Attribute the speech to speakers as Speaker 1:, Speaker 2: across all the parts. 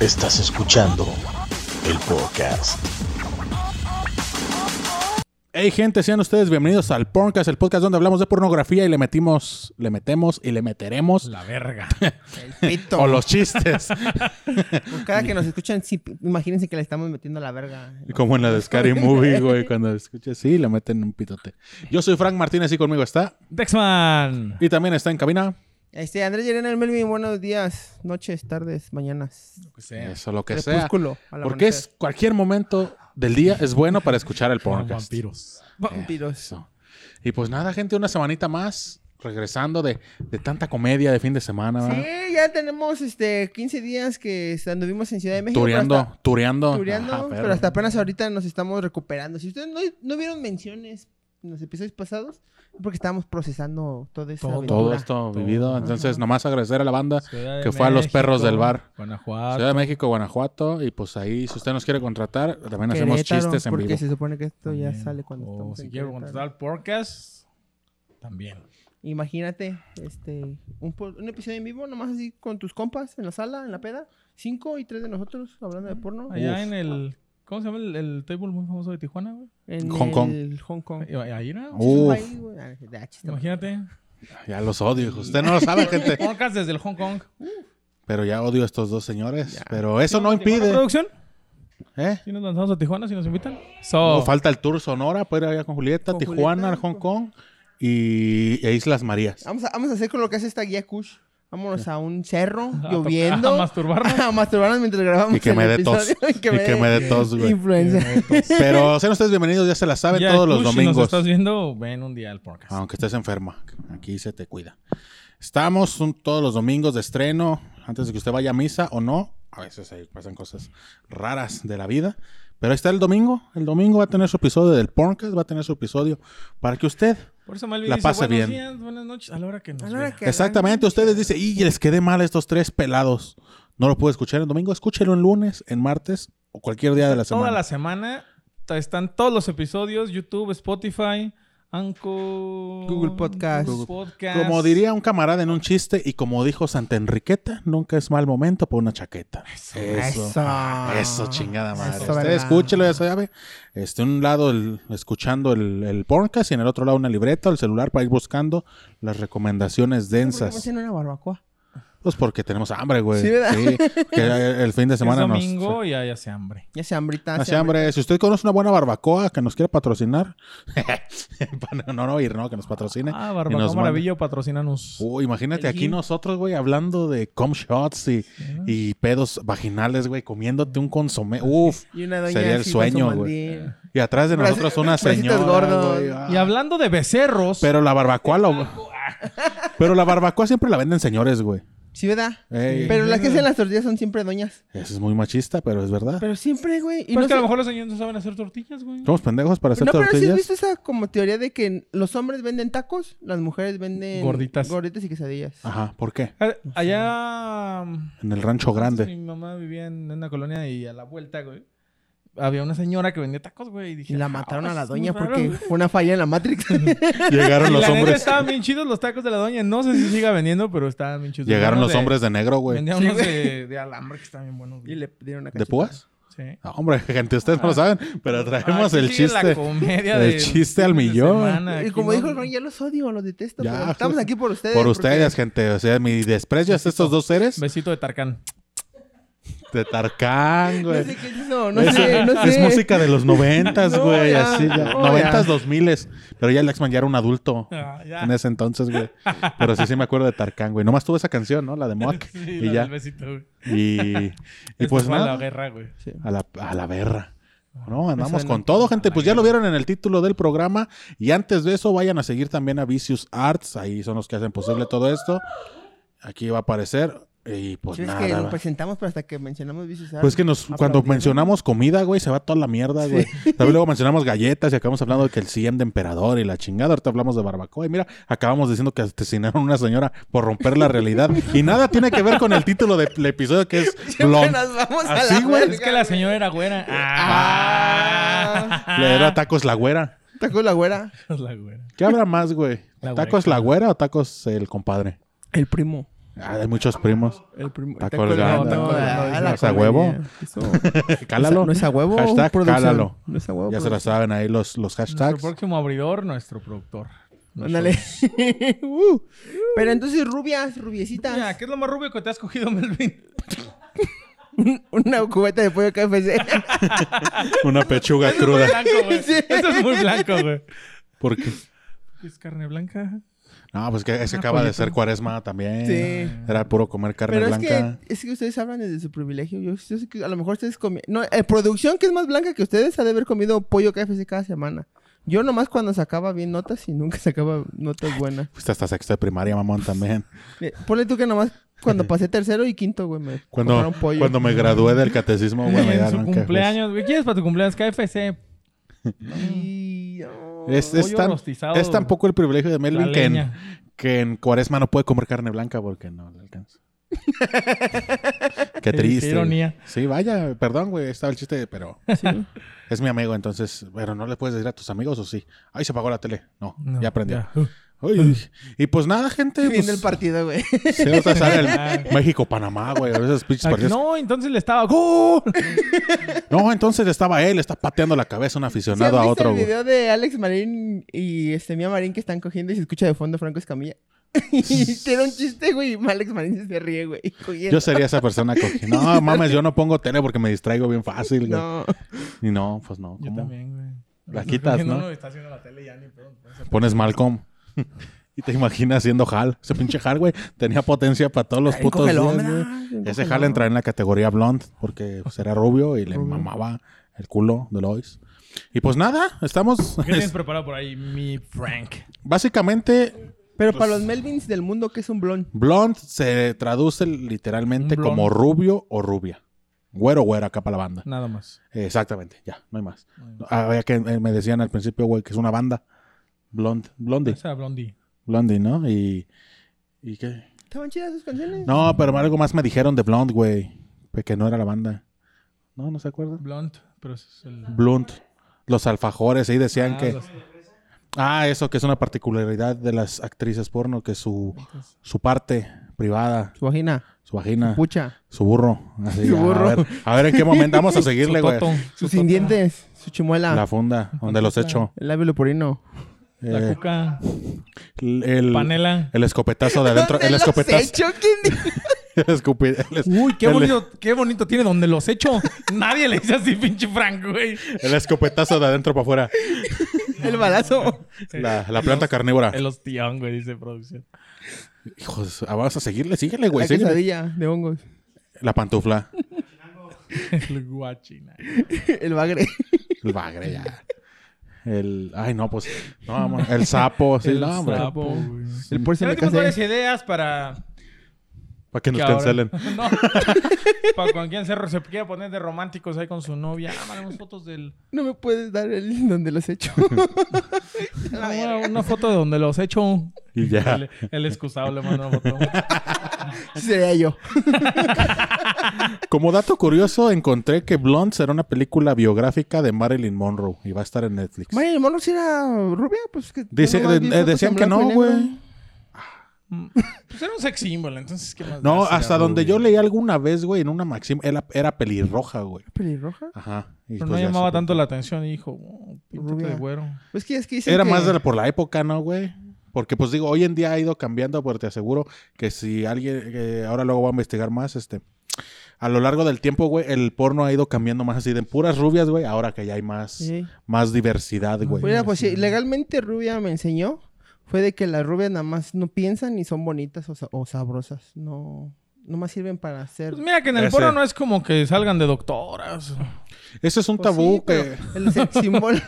Speaker 1: Estás escuchando el podcast.
Speaker 2: Hey gente, sean ustedes bienvenidos al Porncast, el podcast donde hablamos de pornografía y le metimos, le metemos y le meteremos
Speaker 3: La verga.
Speaker 4: El pito.
Speaker 2: o los chistes,
Speaker 4: Pues cada que nos escuchan, sí, imagínense que le estamos metiendo la verga.
Speaker 2: como en la de Scary Movie, güey, cuando escuchas, sí, le meten un pitote. Yo soy Frank Martínez y conmigo está,
Speaker 3: Dexman.
Speaker 2: y también está en cabina,
Speaker 4: Este, Andrés Yerena, el Melvin, buenos días, noches, tardes, mañanas.
Speaker 2: eso lo que sea,
Speaker 4: Crepúsculo. al
Speaker 2: porque es
Speaker 4: amanecer.
Speaker 2: cualquier momento del día es bueno para escuchar el
Speaker 3: Por
Speaker 2: Porncast.
Speaker 3: vampiros.
Speaker 4: Vampiros.
Speaker 2: Eso. Y pues nada, gente, una semanita más, regresando de, de tanta comedia de fin de semana, ¿verdad?
Speaker 4: Sí, ya tenemos este 15 días que anduvimos en Ciudad de México.
Speaker 2: Tureando,
Speaker 4: pero hasta-
Speaker 2: tureando.
Speaker 4: tureando,
Speaker 2: Ajá,
Speaker 4: pero
Speaker 2: perro.
Speaker 4: hasta apenas ahorita nos estamos recuperando. Si ustedes no, no vieron menciones en los episodios pasados, es porque estábamos procesando todo eso.
Speaker 3: Todo,
Speaker 2: Todo
Speaker 3: Hola.
Speaker 2: esto
Speaker 3: Todo.
Speaker 2: vivido. Entonces, nomás agradecer a la banda
Speaker 3: Ciudad de
Speaker 2: que fue a los
Speaker 3: México,
Speaker 2: perros del bar.
Speaker 3: Guanajuato.
Speaker 2: Ciudad de México, Guanajuato. Y pues ahí, si usted nos quiere contratar, también hacemos chistes en
Speaker 4: porque
Speaker 2: vivo. Oh,
Speaker 4: se supone que esto ya
Speaker 3: También.
Speaker 4: sale cuando
Speaker 3: O
Speaker 4: estamos
Speaker 3: si
Speaker 4: en
Speaker 3: quiero
Speaker 4: Querétaro.
Speaker 3: contratar al podcast, también.
Speaker 4: Imagínate, este, un, po- un episodio en vivo, nomás así con tus compas en la sala, en la peda. Cinco y tres de nosotros hablando de porno.
Speaker 3: Allá
Speaker 2: Uf.
Speaker 3: en el... ¿Cómo se llama el, el table muy famoso de Tijuana, güey?
Speaker 4: En
Speaker 2: Hong Kong.
Speaker 4: el Hong Kong.
Speaker 3: Ahí- Ahí, ¿no?
Speaker 2: Uf.
Speaker 4: Es un país, güey. Ah, ah, chiste,
Speaker 3: Imagínate.
Speaker 2: Ya los odio. hijo. Usted no lo sabe, gente.
Speaker 3: Podcast desde el Hong Kong.
Speaker 2: Pero ya odio a estos dos señores.
Speaker 4: Ya.
Speaker 2: Pero eso no
Speaker 3: ¿Tijuana
Speaker 2: impide.
Speaker 3: producción?
Speaker 2: ¿eh?
Speaker 3: Si nos lanzamos a Tijuana, si nos invitan. So,
Speaker 2: No, falta el tour Sonora para ir allá con Julieta,
Speaker 4: Con
Speaker 2: Tijuana,
Speaker 4: Julieta, Ah,
Speaker 2: Hong Kong y e Islas Marías.
Speaker 4: Vamos a, vamos a hacer con lo que hace esta guía Kush. Vámonos a un cerro,
Speaker 3: to-
Speaker 4: lloviendo.
Speaker 3: a masturbarnos.
Speaker 4: a masturbarnos mientras grabamos.
Speaker 2: Y que me dé tos.
Speaker 4: episodio.
Speaker 2: Y que me dé tos, güey.
Speaker 4: Influenza.
Speaker 2: Pero sean ustedes bienvenidos, ya se la saben
Speaker 3: Ya,
Speaker 2: todos los
Speaker 3: Kush, si nos
Speaker 2: domingos. Ah,
Speaker 3: estás viendo, ven un día al podcast.
Speaker 2: Aunque estés enferma, aquí se te cuida. Estamos un- todos los domingos de estreno, antes de que usted vaya a misa o no. A veces ahí pasan cosas raras de la vida. Pero ahí está el domingo. El domingo va a tener su episodio del Porncast, va a tener su episodio para que usted.
Speaker 3: Por eso Melvin
Speaker 2: La
Speaker 3: dice,
Speaker 2: pase
Speaker 3: buenos
Speaker 2: bien".
Speaker 3: días, buenas noches, a la hora que nos
Speaker 4: A la hora
Speaker 3: vea.
Speaker 4: que- Qué
Speaker 2: Exactamente,
Speaker 4: grande.
Speaker 2: ustedes dicen, y les quedé mal a estos tres pelados. No lo puedo escuchar el domingo, escúchelo en lunes, en martes o cualquier día de la semana.
Speaker 3: Toda la semana ta- están todos los episodios, YouTube, Spotify, Anchor...
Speaker 4: Google Podcast.
Speaker 3: Google Podcast.
Speaker 2: Como diría un camarada en un chiste y como dijo Santa Enriqueta, nunca es mal momento para una chaqueta.
Speaker 4: Eso.
Speaker 2: Eso,
Speaker 3: Ah,
Speaker 2: chingada madre.
Speaker 4: Eso,
Speaker 2: Usted
Speaker 4: ¿verdad?
Speaker 2: escúchelo, ya sabe. Este, un lado el- escuchando el, el podcast y en el otro lado una libreta o el celular para ir buscando las recomendaciones
Speaker 4: Porque
Speaker 2: densas.
Speaker 4: pensé en una barbacoa.
Speaker 2: Pues porque tenemos hambre, güey.
Speaker 4: Sí, ¿verdad?
Speaker 2: Sí, que el fin de
Speaker 3: Es
Speaker 2: semana nos...
Speaker 3: domingo y ya, ya hace hambre.
Speaker 4: Ya se hambrita.
Speaker 2: Hace hambre. Si usted conoce una buena barbacoa que nos quiera patrocinar, para no, no ir, ¿no? Que nos patrocine.
Speaker 3: Ah,
Speaker 2: y nos
Speaker 3: Barbacoa
Speaker 2: mande.
Speaker 3: Maravillo, patrocínanos.
Speaker 2: Uy, imagínate
Speaker 3: El
Speaker 2: aquí
Speaker 3: gym.
Speaker 2: nosotros, güey, hablando de cum shots y,
Speaker 3: Sí.
Speaker 2: y pedos vaginales, güey, comiéndote un consomé. Uf.
Speaker 4: Y una doña
Speaker 2: Sería el
Speaker 4: así con su
Speaker 2: sueño,
Speaker 4: mandil.
Speaker 2: güey.
Speaker 3: Eh.
Speaker 2: Y atrás de
Speaker 4: Braci-
Speaker 2: nosotros una
Speaker 4: bracitos
Speaker 2: señora.
Speaker 4: gordos.
Speaker 2: güey, ah.
Speaker 3: Y hablando de becerros,
Speaker 2: Pero la barbacoa, la- pero la barbacoa siempre la venden señores, güey.
Speaker 4: Sí, ¿verdad?
Speaker 2: Ey.
Speaker 4: Pero las que hacen las tortillas son siempre doñas.
Speaker 2: Eso es muy machista, pero es verdad.
Speaker 4: Pero siempre, güey. y
Speaker 3: pues
Speaker 4: no
Speaker 3: que
Speaker 4: sé-
Speaker 3: a lo mejor los señores no saben hacer tortillas, güey.
Speaker 2: Somos pendejos para hacer
Speaker 4: No, pero si has
Speaker 2: tortillas.
Speaker 4: visto esa como teoría de que los hombres venden tacos, las mujeres venden
Speaker 3: Gorditas.
Speaker 4: gorditas y quesadillas.
Speaker 2: Ajá, ¿por qué?
Speaker 3: A- Allá... mm,
Speaker 2: En el rancho
Speaker 3: Mi
Speaker 2: grande.
Speaker 3: mamá vivía en una colonia y a la vuelta, güey, había una señora que vendía tacos, güey. Y dije,
Speaker 4: Y la
Speaker 3: "Ah,
Speaker 4: mataron a la
Speaker 2: Pues
Speaker 3: es muy
Speaker 4: doña
Speaker 3: raro,
Speaker 4: porque
Speaker 3: güey".
Speaker 4: fue una falla en la Matrix.
Speaker 2: Llegaron
Speaker 3: Y
Speaker 2: los
Speaker 3: la neta
Speaker 2: hombres.
Speaker 3: estaban bien chidos los tacos de la doña. No sé si siga vendiendo, pero estaban bien chidos.
Speaker 2: Llegaron
Speaker 3: Vendían
Speaker 2: los
Speaker 3: de-
Speaker 2: hombres de negro, pues. güey.
Speaker 3: Vendían
Speaker 4: Sí,
Speaker 3: unos
Speaker 4: güey.
Speaker 3: de, de alambre que estaban bien buenos. güey.
Speaker 4: y le dieron una
Speaker 2: ¿De
Speaker 4: cachetada.
Speaker 2: púas?
Speaker 3: Sí.
Speaker 2: No, hombre, gente, ustedes no lo saben, pero traemos
Speaker 3: Aquí
Speaker 2: el
Speaker 3: sigue
Speaker 2: chiste.
Speaker 3: La comedia
Speaker 2: el
Speaker 3: de-
Speaker 2: chiste al
Speaker 3: de
Speaker 2: millón.
Speaker 3: semana.
Speaker 4: Y
Speaker 3: Aquí
Speaker 4: como
Speaker 3: no-
Speaker 4: dijo el Ron, ya los odio, los detesto.
Speaker 2: Ya, pues,
Speaker 4: pero estamos aquí por ustedes.
Speaker 2: Por
Speaker 4: ¿eh? porque-
Speaker 2: ustedes, gente. O sea, mi desprecio hacia estos dos seres
Speaker 3: Besito de Tarkan.
Speaker 2: de Tarkán,
Speaker 4: No
Speaker 2: güey.
Speaker 4: sé qué es eso, no
Speaker 2: es,
Speaker 4: sé, no sé.
Speaker 2: es música de los noventas,
Speaker 4: No,
Speaker 2: güey.
Speaker 4: ya,
Speaker 2: así, ya.
Speaker 4: no,
Speaker 2: Noventas,
Speaker 4: ya.
Speaker 2: dos miles. Pero ya el X-Man ya era un adulto
Speaker 3: Ah, ya.
Speaker 2: en ese entonces, güey. Pero sí, sí me acuerdo de Tarkán, güey. Nomás tuvo esa canción, ¿no? La de Mock.
Speaker 3: Sí, la
Speaker 2: y
Speaker 3: del
Speaker 2: ya.
Speaker 3: besito, güey.
Speaker 2: Y, y
Speaker 3: Este
Speaker 2: pues
Speaker 3: fue a
Speaker 2: nada.
Speaker 3: la guerra, güey.
Speaker 2: A la, a la berra. No, andamos
Speaker 4: suena.
Speaker 2: con todo, gente.
Speaker 3: A la
Speaker 2: Pues ya lo
Speaker 3: guerra.
Speaker 2: vieron en el título del programa. Y antes de eso, vayan a seguir también a Vicious Arts. Ahí son los que hacen posible todo esto. Aquí va a aparecer. Y pues
Speaker 4: Sí, es
Speaker 2: nada.
Speaker 4: que nos
Speaker 2: va.
Speaker 4: presentamos, pero hasta que mencionamos Vicious Arts,
Speaker 2: Pues que nos, cuando
Speaker 4: aplaudieron.
Speaker 2: mencionamos comida, güey, se va toda la mierda, güey. También luego mencionamos galletas y acabamos hablando de que el CM de emperador y la chingada. Ahorita hablamos de barbacoa. Y mira, acabamos diciendo que asesinaron a una señora por romper la realidad. Y nada tiene que ver con el título del episodio que es
Speaker 4: Siempre
Speaker 2: Blond.
Speaker 4: nos vamos a
Speaker 2: Así,
Speaker 4: la
Speaker 2: güey.
Speaker 4: verga,
Speaker 3: Es que la señora era güera.
Speaker 4: Ah.
Speaker 3: Ah.
Speaker 2: Le era tacos la güera.
Speaker 4: Tacos la güera.
Speaker 3: La güera.
Speaker 2: ¿Qué habrá más, güey?
Speaker 3: La
Speaker 2: ¿Tacos
Speaker 3: güereca.
Speaker 2: la güera o tacos el compadre?
Speaker 4: El primo.
Speaker 2: Ah, hay muchos primos.
Speaker 4: El prim-
Speaker 2: Está
Speaker 4: está
Speaker 2: colgado,
Speaker 4: colgado.
Speaker 2: está
Speaker 3: colgado.
Speaker 4: ah,
Speaker 3: Es
Speaker 4: la
Speaker 2: a
Speaker 4: comedia.
Speaker 2: huevo.
Speaker 4: Eso-
Speaker 2: Cálalo.
Speaker 4: No es a huevo.
Speaker 2: Hashtag
Speaker 4: producción.
Speaker 2: cálalo.
Speaker 4: No es a huevo.
Speaker 2: Ya se la
Speaker 4: producción.
Speaker 2: saben ahí los, los
Speaker 3: Nuestro
Speaker 2: hashtags.
Speaker 3: próximo abridor, nuestro productor.
Speaker 4: Ándale. Uh. Pero entonces, rubias, rubiecitas.
Speaker 3: Mira, ¿qué es lo más rubio que te has cogido, Melvin?
Speaker 4: Una cubeta de pollo KFC.
Speaker 2: Una pechuga
Speaker 3: Muy
Speaker 2: cruda.
Speaker 3: blanco, güey.
Speaker 4: Sí.
Speaker 3: Eso es muy blanco, güey.
Speaker 2: Porque.
Speaker 3: Es carne blanca.
Speaker 2: No, pues que, es que
Speaker 3: Un
Speaker 2: acaba de
Speaker 3: apoyito.
Speaker 2: ser cuaresma también.
Speaker 4: Sí.
Speaker 2: Era puro comer carne
Speaker 4: Pero es
Speaker 2: blanca.
Speaker 4: que, es que ustedes hablan desde su privilegio. Yo, yo sé que a lo mejor ustedes comían. No, eh, producción que es más blanca que ustedes ha de haber comido pollo KFC cada semana. Yo nomás cuando sacaba bien notas y nunca sacaba notas buenas.
Speaker 2: Fuiste hasta sexto de primaria, mamón, también.
Speaker 4: Eh, Ponle tú que nomás cuando pasé tercero y quinto, güey, me
Speaker 2: Cuando,
Speaker 4: compraron pollo.
Speaker 2: cuando me gradué del catecismo, güey, me
Speaker 3: en
Speaker 2: dieron
Speaker 3: su
Speaker 2: que-
Speaker 3: cumpleaños. güey. ¿Qué quieres para tu cumpleaños? KFC.
Speaker 4: Y- oh.
Speaker 2: pues, Es, es
Speaker 3: Pollo
Speaker 2: tan,
Speaker 3: rostizado.
Speaker 2: es tan poco el privilegio de
Speaker 3: La
Speaker 2: Melvin que en,
Speaker 3: leña.
Speaker 2: que en cuaresma no puede comer carne blanca porque no le alcanza. Qué
Speaker 3: Qué
Speaker 2: triste. güey.
Speaker 3: ironía.
Speaker 2: Sí, vaya, perdón, güey, estaba el chiste, pero
Speaker 4: Sí.
Speaker 2: es mi amigo, entonces, pero no le puedes decir a tus amigos o sí. Ay, se apagó la tele. No,
Speaker 3: No,
Speaker 2: ya aprendió.
Speaker 3: ya.
Speaker 2: Ay, y pues nada, gente.
Speaker 4: Viendo
Speaker 2: Pues,
Speaker 4: el partido, güey.
Speaker 2: sí, o sea, sale el México-Panamá, güey. Esos pinches
Speaker 3: Aquí,
Speaker 2: partidos.
Speaker 3: Ah. no, entonces le estaba. ¡Gol!
Speaker 2: No, entonces estaba él, está pateando la cabeza a un
Speaker 4: ¿Sí has
Speaker 2: aficionado a
Speaker 4: visto
Speaker 2: otro,
Speaker 4: el
Speaker 2: güey.
Speaker 4: video de Alex Marín y este Mía Marín que están cogiendo y se escucha de fondo Franco Escamilla? y te da un chiste, güey, y Alex Marín se ríe, güey. cogiendo.
Speaker 2: Yo sería esa persona que... No, mames, yo no pongo tele porque me distraigo bien fácil, güey.
Speaker 4: No.
Speaker 2: Y no, pues no.
Speaker 3: Yo
Speaker 2: ¿cómo?
Speaker 3: también, güey.
Speaker 2: La quitas,
Speaker 3: Viendo
Speaker 2: ¿no?
Speaker 3: uno que está haciendo la tele y ya ni pedo, no sé.
Speaker 2: Pones Malcolm. y te imaginas haciendo Hal. Ese pinche Hal, güey, tenía potencia para todos los
Speaker 4: Ay,
Speaker 2: putos
Speaker 4: cógelo,
Speaker 2: días,
Speaker 4: hombre,
Speaker 2: güey.
Speaker 4: ay,
Speaker 2: Ese
Speaker 4: cógelo.
Speaker 2: Hal entra en la categoría blonde porque pues, era rubio y le
Speaker 4: Rubio.
Speaker 2: mamaba el culo de Lois. Y pues nada, estamos...
Speaker 3: ¿Qué tienes preparado por ahí, mi Frank?
Speaker 2: Básicamente,
Speaker 4: Pero para los Melvins del mundo, que es un blon?
Speaker 2: blonde se traduce literalmente
Speaker 3: Un blonde.
Speaker 2: como rubio o rubia. Güero, güero, acá para la banda.
Speaker 3: Nada más.
Speaker 2: Exactamente, ya, no hay más. Había que, eh, me decían al principio, güey, que es una banda. Blonde, Blondie,
Speaker 3: Esa Blondie.
Speaker 2: Blondie, ¿no? Y, ¿y qué?
Speaker 4: ¿Estaban chidas sus canciones?
Speaker 2: No, pero algo más me dijeron de Blonde, güey. Pues Que no era la banda. No, no se acuerdan.
Speaker 3: Blond, pero ese es el.
Speaker 2: Blunt. Los alfajores, ahí decían
Speaker 3: Ah,
Speaker 2: que...
Speaker 3: los-
Speaker 2: Ah, eso que es una particularidad de las actrices porno, que su, su parte privada,
Speaker 4: Su vagina,
Speaker 2: su vagina,
Speaker 4: pucha,
Speaker 2: su burro. así,
Speaker 4: Su
Speaker 2: a
Speaker 4: burro.
Speaker 2: ver- A ver, en qué momento vamos a
Speaker 3: su
Speaker 2: seguirle, güey.
Speaker 3: toto,
Speaker 4: sus
Speaker 3: su
Speaker 4: sin
Speaker 3: tota,
Speaker 4: dientes, su chimuela,
Speaker 2: La funda, donde los echo.
Speaker 4: el labio leporino.
Speaker 3: La
Speaker 2: Eh,
Speaker 3: cuca,
Speaker 2: el, el-
Speaker 3: panela.
Speaker 2: el escopetazo de adentro.
Speaker 4: ¿Dónde
Speaker 2: El
Speaker 4: los
Speaker 2: escopetazo.
Speaker 4: echo? ¿Quién dijo?
Speaker 2: El escupi- el es-
Speaker 3: Uy, qué
Speaker 2: el-
Speaker 3: bonito, qué bonito tiene donde los echo. Nadie le dice así, pinche Frank, güey.
Speaker 2: El escopetazo de adentro para afuera.
Speaker 4: El balazo.
Speaker 2: La, la planta carnívora.
Speaker 3: El ostión, güey, dice producción.
Speaker 2: Hijos, ah, vamos a seguirle, síguele, güey.
Speaker 4: La
Speaker 2: síguele.
Speaker 4: quesadilla de hongos.
Speaker 2: La pantufla.
Speaker 3: El guachina.
Speaker 4: El bagre.
Speaker 2: El bagre, ya. El. Ay, no, pues. No, vamos. El sapo, sí,
Speaker 3: el
Speaker 2: no, hombre.
Speaker 3: sapo, güey.
Speaker 4: El por si
Speaker 3: Ya
Speaker 4: me
Speaker 3: le tengo varias
Speaker 4: casé.
Speaker 3: ideas para
Speaker 2: Para que nos
Speaker 3: que ahora-
Speaker 2: cancelen.
Speaker 3: no. Para con quien se, re- se quiera poner de románticos ahí con su novia. Ah, mandemos fotos del.
Speaker 4: No me puedes dar el donde los echo.
Speaker 3: Ah, Una, una foto de donde los echo.
Speaker 2: Y ya.
Speaker 3: El, el excusado le manda una foto.
Speaker 4: Sería yo.
Speaker 2: Como dato curioso, encontré que Blonde será una película biográfica de Marilyn Monroe y va a estar en Netflix.
Speaker 4: Marilyn Monroe si era rubia, pues que...
Speaker 2: Dice-
Speaker 4: yo nomás vi
Speaker 2: eh,
Speaker 4: fotos
Speaker 2: decían
Speaker 4: en
Speaker 2: que
Speaker 4: blanco
Speaker 2: no,
Speaker 4: y negro.
Speaker 2: güey.
Speaker 3: Pues era un sex símbolo, entonces, ¿qué más?
Speaker 2: No,
Speaker 3: da si era
Speaker 2: hasta donde
Speaker 3: rubio?
Speaker 2: yo leí alguna vez, güey, en una máxima, era, era pelirroja, güey.
Speaker 4: ¿Pelirroja?
Speaker 2: Ajá. Y
Speaker 3: Pero
Speaker 2: pues
Speaker 3: no
Speaker 2: ya
Speaker 3: llamaba
Speaker 2: se-
Speaker 3: tanto la atención, hijo. Oh, píntate
Speaker 4: Rubia.
Speaker 3: de güero.
Speaker 4: Pues que es que dicen
Speaker 2: Era
Speaker 4: que-
Speaker 2: más de la- por la época, ¿no, güey? Porque, pues digo, hoy en día ha ido cambiando, pero te aseguro que si alguien, que ahora luego voy a investigar más, este, a lo largo del tiempo, güey, el porno ha ido cambiando más así de puras rubias, güey, ahora que ya hay más,
Speaker 4: Sí.
Speaker 2: más diversidad, güey.
Speaker 4: Mira, pues sí, legalmente rubia me enseñó fue de que las rubias nada más no piensan ni son bonitas o, sa- o sabrosas. No, no más sirven para hacer...
Speaker 3: Pues mira que en el
Speaker 2: Ese.
Speaker 3: porno no es como que salgan de doctoras.
Speaker 2: Ese es un
Speaker 4: Pues sí,
Speaker 2: tabú que,
Speaker 4: pero El sex symbol.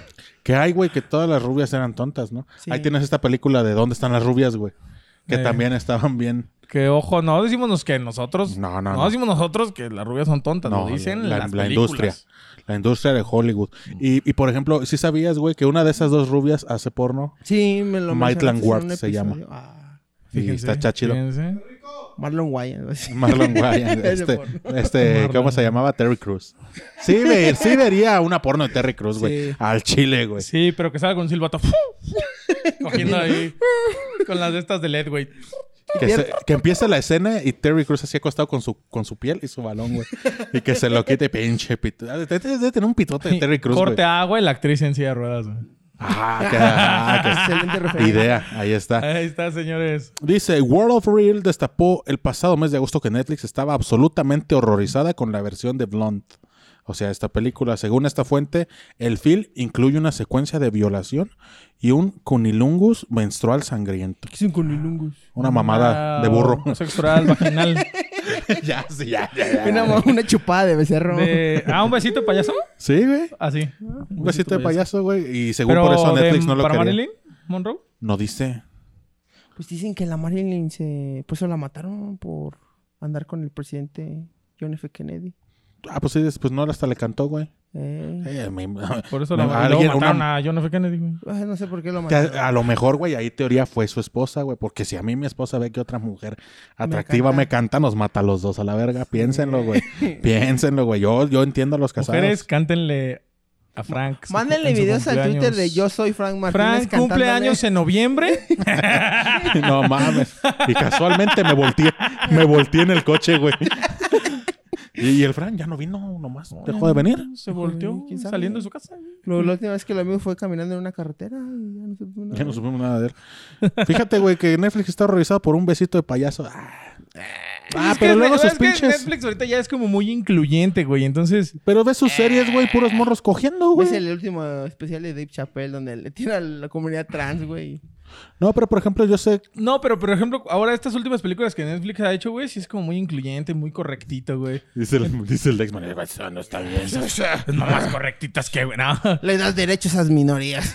Speaker 2: que hay, güey, que todas las rubias eran tontas, ¿no?
Speaker 4: Sí.
Speaker 2: Ahí tienes esta película de ¿Dónde están las rubias, güey? Que
Speaker 3: Eh.
Speaker 2: también estaban bien. pues,
Speaker 3: Que ojo, no decimos nos- que nosotros.
Speaker 2: No, no,
Speaker 3: No,
Speaker 2: no.
Speaker 3: decimos nosotros que las rubias son tontas.
Speaker 2: No,
Speaker 3: lo dicen
Speaker 2: la,
Speaker 3: las
Speaker 2: la
Speaker 3: películas.
Speaker 2: industria. La industria de Hollywood.
Speaker 4: Mm.
Speaker 2: Y, y, por ejemplo, si sabías, güey, que una de esas dos rubias hace porno?
Speaker 4: Sí, me lo
Speaker 2: Maitland
Speaker 4: mencionaste en
Speaker 2: Ward
Speaker 4: un
Speaker 2: se llama.
Speaker 4: episodio. Ah,
Speaker 2: y está chachido.
Speaker 3: fíjense.
Speaker 4: Marlon Wayans. algo así.
Speaker 2: Marlon Wayans.
Speaker 4: Ese
Speaker 2: este,
Speaker 4: porno.
Speaker 2: este
Speaker 3: Marlon.
Speaker 2: ¿cómo se llamaba? Terry Cruz. Sí, ve- sí vería una porno de Terry Cruz, güey.
Speaker 4: Sí.
Speaker 2: Al chile, güey.
Speaker 3: Sí, pero que salga con un silbato. Cogiendo ahí. con las de estas de LED, güey.
Speaker 2: Que, se- que empieza la escena y Terry Cruz así acostado con su, con su piel y su balón, güey. Y que se lo quite, pinche pito. Ah, Debe debe tener un pitote de Terry Cruz,
Speaker 3: Corte
Speaker 2: güey.
Speaker 3: agua y la actriz en silla de ruedas, güey.
Speaker 2: Ah, que- ah, que-
Speaker 4: Excelente referencia.
Speaker 2: idea. Ahí está.
Speaker 3: Ahí está, señores.
Speaker 2: Dice, World of Real destapó el pasado mes de agosto que Netflix estaba absolutamente horrorizada con la versión de Blonde. O sea, esta película, según esta fuente, el film incluye una secuencia de violación y un cunilungus menstrual sangriento.
Speaker 4: ¿Qué es un cunilungus?
Speaker 2: Una mamada de burro.
Speaker 3: Sexual, vaginal.
Speaker 2: ya, sí, ya, ya, ya.
Speaker 4: Una, mo- una chupada de becerro.
Speaker 3: De... Ah, un besito de payaso.
Speaker 2: Sí, güey.
Speaker 3: Así.
Speaker 2: Un besito de payaso, güey. Y según
Speaker 3: Pero
Speaker 2: por eso
Speaker 3: de-
Speaker 2: Netflix no lo
Speaker 3: ¿Para
Speaker 2: quería.
Speaker 3: Marilyn Monroe?
Speaker 2: No dice.
Speaker 4: Pues dicen que la Marilyn se... Por eso la mataron, por andar con el presidente John F. Kennedy.
Speaker 2: Ah, pues sí, después no, hasta le cantó, güey.
Speaker 4: Eh,
Speaker 2: Eh, me-
Speaker 3: Por eso
Speaker 2: me-
Speaker 3: la
Speaker 2: a
Speaker 3: luego
Speaker 2: alguien-
Speaker 3: mataron
Speaker 2: una-
Speaker 3: a John F. Kennedy, güey.
Speaker 4: ay, no sé por qué lo
Speaker 2: Que
Speaker 4: mataron.
Speaker 2: a, a lo mejor, güey, ahí teoría fue su esposa, güey. Porque si a mí mi esposa ve que otra mujer atractiva
Speaker 4: canta.
Speaker 2: me canta, nos mata a los dos a la verga. Piénsenlo, güey. Piénsenlo, güey. Yo, yo entiendo a los casados.
Speaker 3: Mujeres, cántenle a Frank. su-
Speaker 4: Mándenle
Speaker 3: en su
Speaker 4: videos al
Speaker 3: cumpleaños.
Speaker 4: Twitter de yo soy Frank Martínez
Speaker 3: Frank cumple años en noviembre.
Speaker 2: No mames. Y casualmente me volteé, me volteé en el coche, güey. Y, y el Fran ya no vino nomás. Dejó de venir.
Speaker 3: Se volteó
Speaker 4: ¿Quién sabe?
Speaker 3: saliendo de su casa.
Speaker 4: Lo- la última vez que lo vi fue caminando en una carretera y ya no supe nada.
Speaker 2: Ya no supimos nada de él. Fíjate, güey, que Netflix está horrorizado por un besito de payaso. Ah, Ah,
Speaker 3: Es
Speaker 2: pero
Speaker 3: que-
Speaker 2: luego
Speaker 3: es
Speaker 2: sus
Speaker 3: que
Speaker 2: pinches.
Speaker 3: Netflix ahorita ya es como muy incluyente, güey. Entonces,
Speaker 2: Pero ves sus series, güey, puros morros cogiendo,
Speaker 3: Pues
Speaker 4: Es
Speaker 2: güey.
Speaker 4: el último especial de Dave Chappelle donde le tira a la comunidad trans, güey.
Speaker 2: No, pero por ejemplo, yo sé.
Speaker 3: no, pero por ejemplo, ahora estas últimas películas que Netflix ha hecho, güey, sí es como muy incluyente, muy correctito, güey.
Speaker 2: Dice el, dice el Dexman, "Eh, eso no está bien.
Speaker 3: Ah, No más correctitas que, güey. no.
Speaker 4: Le das derechos a esas minorías.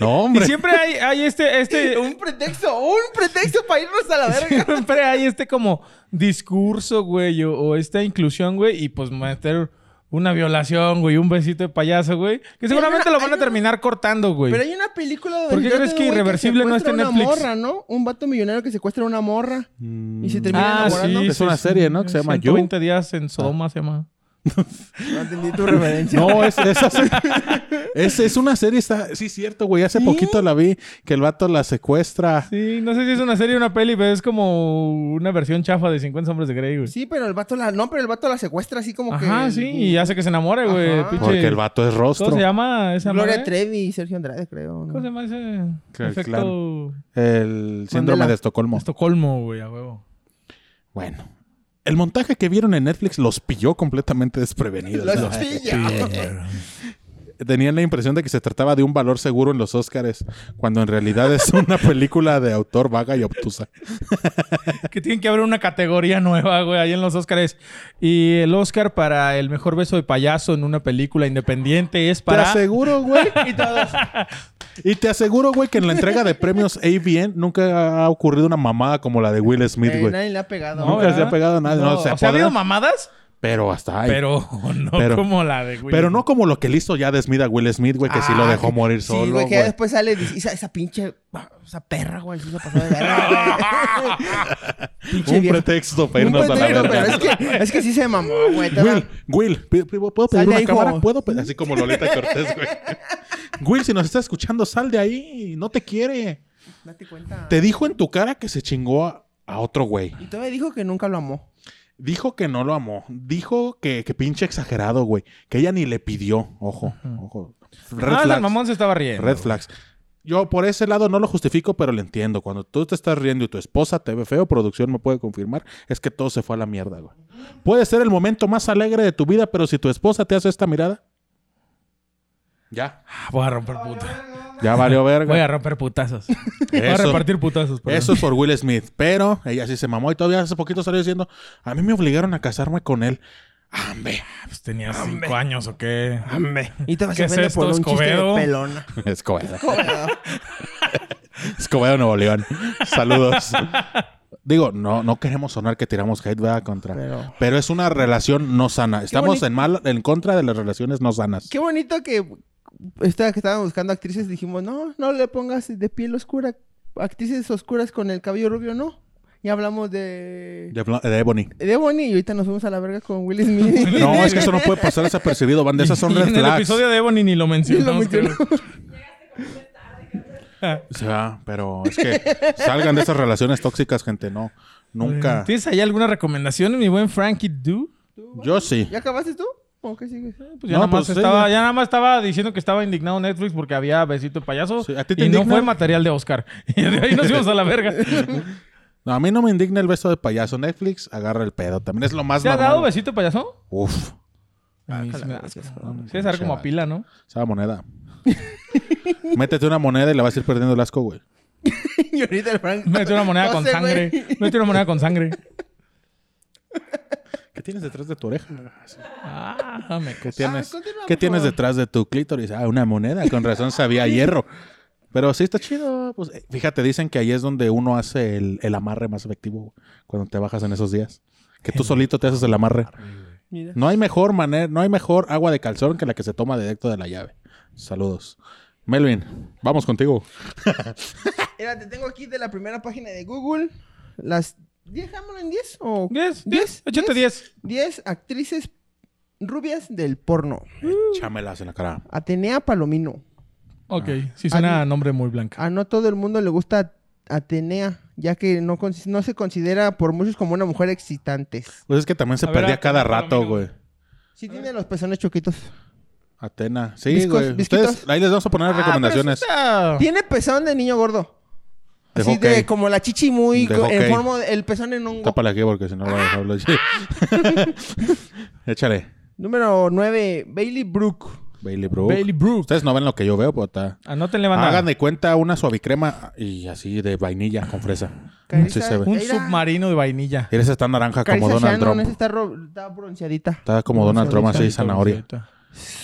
Speaker 2: No,
Speaker 3: Y
Speaker 2: hombre.
Speaker 3: siempre hay, hay este, este,
Speaker 4: un pretexto, un pretexto para irnos a la verga.
Speaker 3: siempre hay este como discurso, güey, o, o esta inclusión, güey, y pues meter una violación, güey, un besito de payaso, güey, que seguramente
Speaker 4: una-
Speaker 3: lo van
Speaker 4: hay
Speaker 3: a
Speaker 4: una-
Speaker 3: terminar cortando, güey.
Speaker 4: Pero hay una película donde
Speaker 3: ¿Por qué
Speaker 4: trata
Speaker 3: crees
Speaker 4: de
Speaker 3: que
Speaker 4: un güey
Speaker 3: Irreversible no está en
Speaker 4: secuestra
Speaker 3: Netflix?
Speaker 4: Una morra, ¿no? Un vato millonario que secuestra a una morra y se termina
Speaker 3: Ah,
Speaker 4: enamorando.
Speaker 3: sí,
Speaker 2: Es una serie, ¿no? Que se llama You. Ah.
Speaker 3: 20 días en Sodoma se llama.
Speaker 4: No entendí tu referencia.
Speaker 2: No, es, es, así. es, es una serie, está, sí, cierto, güey. Hace poquito la vi que el vato la secuestra.
Speaker 3: Sí, no sé si es una serie o una peli, pero es como una versión chafa de 50 hombres de Grey, güey.
Speaker 4: Sí, pero el vato la no, pero el vato la secuestra así como que
Speaker 3: Ajá, sí, y hace que se enamore, güey.
Speaker 4: Ajá.
Speaker 3: pinche-
Speaker 2: Porque el vato es
Speaker 3: ¿Cómo
Speaker 2: rostro.
Speaker 3: se llama esa
Speaker 4: Gloria
Speaker 3: madre?
Speaker 4: Trevi y Sergio Andrade, creo. ¿no?
Speaker 3: ¿Cómo se llama ese
Speaker 2: Que-
Speaker 3: efecto
Speaker 2: claro. El síndrome
Speaker 4: Mandela.
Speaker 2: de Estocolmo.
Speaker 3: Estocolmo, güey, a huevo?
Speaker 2: Bueno. El montaje que vieron en Netflix los pilló completamente desprevenidos.
Speaker 4: Los
Speaker 2: ¿no?
Speaker 4: pilla.
Speaker 2: Tenían la impresión de que se trataba de un valor seguro en los Óscares, cuando en realidad es una película de autor vaga y obtusa.
Speaker 3: que tienen que abrir una categoría nueva, güey, ahí en los Óscares. Y el Óscar para el mejor beso de payaso en una película independiente es para...
Speaker 2: Te aseguro, güey. y, te aseguro, güey, que en la entrega de premios ABN nunca ha ocurrido una mamada como la de Will Smith,
Speaker 4: Eh,
Speaker 2: güey.
Speaker 4: nadie le ha pegado.
Speaker 2: No, nunca se ha pegado a nadie, no, se
Speaker 3: o sea, ha
Speaker 2: apodera-
Speaker 3: habido mamadas,
Speaker 2: Pero hasta ahí. Pero,
Speaker 3: pero no
Speaker 2: Pero-
Speaker 3: como la de Will.
Speaker 2: no como lo que le hizo ya de Smith a Will Smith, güey, que sí lo
Speaker 4: Ah,
Speaker 2: dejó morir
Speaker 4: Sí,
Speaker 2: solo.
Speaker 4: güey, que ya
Speaker 2: güey.
Speaker 4: después sale y dice, esa, esa pinche, ah, esa perra, güey, sí se pasó de verga, güey". Pinche
Speaker 2: Un
Speaker 4: vieja.
Speaker 2: pretexto para
Speaker 4: Un
Speaker 2: irnos a la
Speaker 4: pretexto,
Speaker 2: verga.
Speaker 4: pero es que, es que sí se mamó, güey. te
Speaker 2: Will,
Speaker 4: va-
Speaker 2: Will, pi- pi- ¿puedo
Speaker 4: Sal
Speaker 2: pedir
Speaker 4: de
Speaker 2: una
Speaker 4: ahí,
Speaker 2: cámara?
Speaker 4: Jobo.
Speaker 2: ¿Puedo? pe- Así como Lolita Cortés, güey. Will, si nos está escuchando, sal de ahí. No te quiere.
Speaker 4: Date cuenta.
Speaker 2: Te dijo en tu cara que se chingó a, a otro güey.
Speaker 4: Y todavía dijo que nunca lo amó.
Speaker 2: Dijo que no lo amó. Dijo que, que pinche exagerado, güey. Que ella ni le pidió. Ojo, ojo. Red
Speaker 3: Ah, el
Speaker 2: flags.
Speaker 3: mamón se estaba riendo.
Speaker 2: Red flags. Yo por ese lado no lo justifico, pero lo entiendo. Cuando tú te estás riendo y tu esposa te ve feo, producción me puede confirmar, es que todo se fue a la mierda, güey. Puede ser el momento más alegre de tu vida, pero si tu esposa te hace esta mirada, ya,
Speaker 3: Ah, voy a romper putas.
Speaker 2: ya valió
Speaker 3: Voy a
Speaker 2: verga.
Speaker 3: romper putazos. Voy a
Speaker 2: Eso,
Speaker 3: repartir putazos. perdón.
Speaker 2: eso es por Will Smith, pero ella sí se mamó y todavía hace poquito salió diciendo, a mí me obligaron a casarme con él. Ah, ¡Ambe!
Speaker 3: Pues tenía cinco años o qué.
Speaker 4: Y te vas
Speaker 3: ¿Qué
Speaker 4: a
Speaker 3: es
Speaker 4: ofender
Speaker 3: esto,
Speaker 4: por un
Speaker 3: Escobedo?
Speaker 4: chiste de pelona.
Speaker 2: Escobedo.
Speaker 4: Joder.
Speaker 2: Escobedo Nuevo León. Saludos. Digo, no, no queremos sonar que tiramos hate, ¿verdad? Contra. Pero,
Speaker 4: Pero-
Speaker 2: es una relación no sana. Estamos
Speaker 4: bonito.
Speaker 2: en mal, en contra de las relaciones no sanas.
Speaker 4: Qué bonito que esta que estaban buscando actrices dijimos, no, no le pongas de piel oscura, actrices oscuras con el cabello rubio, no. Ya hablamos de...
Speaker 2: De, Bla- de Ebony.
Speaker 4: De Bonnie y ahorita nos fuimos a la verga con Will Smith.
Speaker 2: No, es que eso no puede pasar desapercibido, van de esas son
Speaker 3: Y
Speaker 2: red
Speaker 3: en el
Speaker 2: flags.
Speaker 3: episodio de Ebony ni lo mencionamos.
Speaker 4: mencionó.
Speaker 3: creo.
Speaker 2: O sea, pero es que salgan de esas relaciones tóxicas, gente. No, nunca.
Speaker 3: ¿Tienes ahí alguna recomendación, mi buen Frankie Do?
Speaker 2: Yo sí.
Speaker 4: ¿Ya acabaste tú? ¿O qué sigues?
Speaker 3: Pues ya,
Speaker 2: No,
Speaker 3: nada más
Speaker 2: pues,
Speaker 3: estaba,
Speaker 2: sí.
Speaker 3: ya nada más estaba diciendo que estaba indignado Netflix porque había besito de payaso
Speaker 2: Sí, ¿a ti te
Speaker 3: y no
Speaker 2: indigna?
Speaker 3: fue material de Oscar. Y de ahí nos fuimos a la verga.
Speaker 2: No, a mí no me indigna el beso de payaso. Netflix agarra el pedo. También es lo más
Speaker 3: ¿Te ha
Speaker 2: normal.
Speaker 3: dado besito de payaso?
Speaker 2: Uf,
Speaker 3: A mí sí me da
Speaker 4: gracias,
Speaker 3: asco,
Speaker 4: cabrón.
Speaker 3: ¿no? Sí, es como a pila, ¿no?
Speaker 2: esa moneda. Métete una moneda y la vas a ir perdiendo el asco, güey.
Speaker 4: y ahorita el Frank.
Speaker 3: Mete una moneda
Speaker 4: No
Speaker 3: con
Speaker 4: sé,
Speaker 3: sangre.
Speaker 4: güey. Ah,
Speaker 3: Mete una moneda con sangre.
Speaker 2: ¿Qué tienes detrás de tu oreja?
Speaker 3: Ah, me
Speaker 2: ¿Qué
Speaker 3: costó.
Speaker 2: tienes,
Speaker 4: continúa,
Speaker 2: ¿qué
Speaker 4: por
Speaker 2: tienes
Speaker 4: favor.
Speaker 2: detrás de tu clítoris? Ah, una moneda. Con razón sabía a hierro. Pero sí está chido. Pues, eh, fíjate, dicen que ahí es donde uno hace el, el amarre más efectivo cuando te bajas en esos días. Que tú solito te haces el amarre.
Speaker 4: Mira.
Speaker 2: No hay mejor manera, no hay mejor agua de calzón que la que se toma directo de la llave. Saludos. Melvin, vamos contigo.
Speaker 4: Mira, te tengo aquí de la primera página de Google. Las. ¿Dejámoslo en 10 o
Speaker 3: 10, 10,
Speaker 4: ¿Diez?
Speaker 3: échate 10.
Speaker 4: 10 actrices rubias del porno.
Speaker 2: Chámelas en la cara.
Speaker 4: Atenea Palomino.
Speaker 3: Ok, sí suena
Speaker 4: Ah.
Speaker 3: a nombre muy blanco.
Speaker 4: A no todo el mundo le gusta Atenea, ya que no, con- no se considera por muchos como una mujer excitante.
Speaker 2: Pues es que también se
Speaker 3: A ver,
Speaker 2: perdía
Speaker 3: a-
Speaker 2: cada
Speaker 3: para mí
Speaker 2: rato,
Speaker 3: no.
Speaker 2: güey.
Speaker 4: Sí tiene los pezones choquitos.
Speaker 2: Atena. Sí,
Speaker 4: Viscos-
Speaker 2: güey.
Speaker 4: visquitos.
Speaker 2: Ustedes, ahí les vamos a poner recomendaciones.
Speaker 4: Tiene pezón de niño gordo.
Speaker 2: Ah. De
Speaker 4: Así
Speaker 2: hockey.
Speaker 4: de como la chichi muy
Speaker 2: De
Speaker 4: co-
Speaker 2: hockey.
Speaker 4: en forma el pezón en un
Speaker 2: Tápala aquí porque si no lo dejarlo allí. Échale.
Speaker 4: Número 9, Bailey Brooke.
Speaker 2: Bailey Brook.
Speaker 3: Bailey Brooks.
Speaker 2: Ustedes no ven lo que yo veo, pero está.
Speaker 3: Anótenle, banda.
Speaker 2: Hagan de cuenta una suavicrema y así de vainilla con fresa.
Speaker 4: Carissa-
Speaker 2: Así se ve.
Speaker 3: Un
Speaker 4: Era-
Speaker 3: submarino de vainilla.
Speaker 2: Eres esta naranja como
Speaker 4: Carissa
Speaker 2: Donald
Speaker 4: Shannon, esa
Speaker 2: Trump.
Speaker 4: está, ro- está bronceadita.
Speaker 2: Está como Donald Trump así, zanahoria.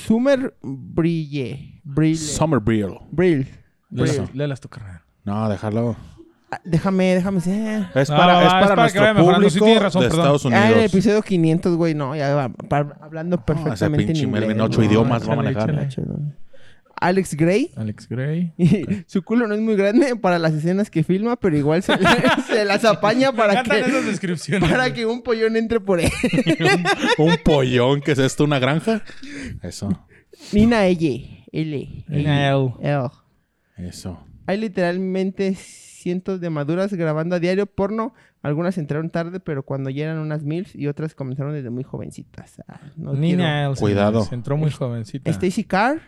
Speaker 4: Summer Brille. Brille.
Speaker 2: Summer Brill.
Speaker 4: Brill.
Speaker 2: Pues
Speaker 4: Brill.
Speaker 3: Léelas léelas tú, carnal.
Speaker 2: No, déjalo.
Speaker 4: Ah, Déjame, déjame ser.
Speaker 2: Es
Speaker 3: Ah,
Speaker 2: para,
Speaker 3: va,
Speaker 2: es para
Speaker 3: va, es para que
Speaker 2: nuestro
Speaker 3: vaya mejorando. Sí,
Speaker 2: público
Speaker 3: tienes razón,
Speaker 2: de
Speaker 3: perdón.
Speaker 2: Estados
Speaker 4: Ah, en el
Speaker 2: Unidos.
Speaker 4: episodio 500, güey, no, ya va, par- hablando
Speaker 2: Ah, ese
Speaker 4: perfectamente
Speaker 2: pinche
Speaker 4: en inglés.
Speaker 2: Merlin, ocho
Speaker 4: no,
Speaker 2: idiomas va a
Speaker 3: échale,
Speaker 2: manejar.
Speaker 3: échale.
Speaker 4: chingada. Alex Gray.
Speaker 3: Alex Gray.
Speaker 4: Su culo no es muy grande para las escenas que filma, pero igual se, se las apaña para
Speaker 3: encantan esas
Speaker 4: que,
Speaker 3: descripciones.
Speaker 4: para que un pollón entre por él.
Speaker 2: Un pollón que es esto, una granja. Eso,
Speaker 4: Nina L. L.
Speaker 3: Nina L.
Speaker 4: L.
Speaker 2: eso.
Speaker 4: Hay literalmente cientos de maduras grabando a diario porno. Algunas entraron tarde, pero cuando ya eran unas mil y otras comenzaron desde muy jovencitas. Ah, no
Speaker 3: Nina Elsa.
Speaker 2: Cuidado.
Speaker 3: Se entró muy jovencita.
Speaker 4: quiero. Stacy Carr,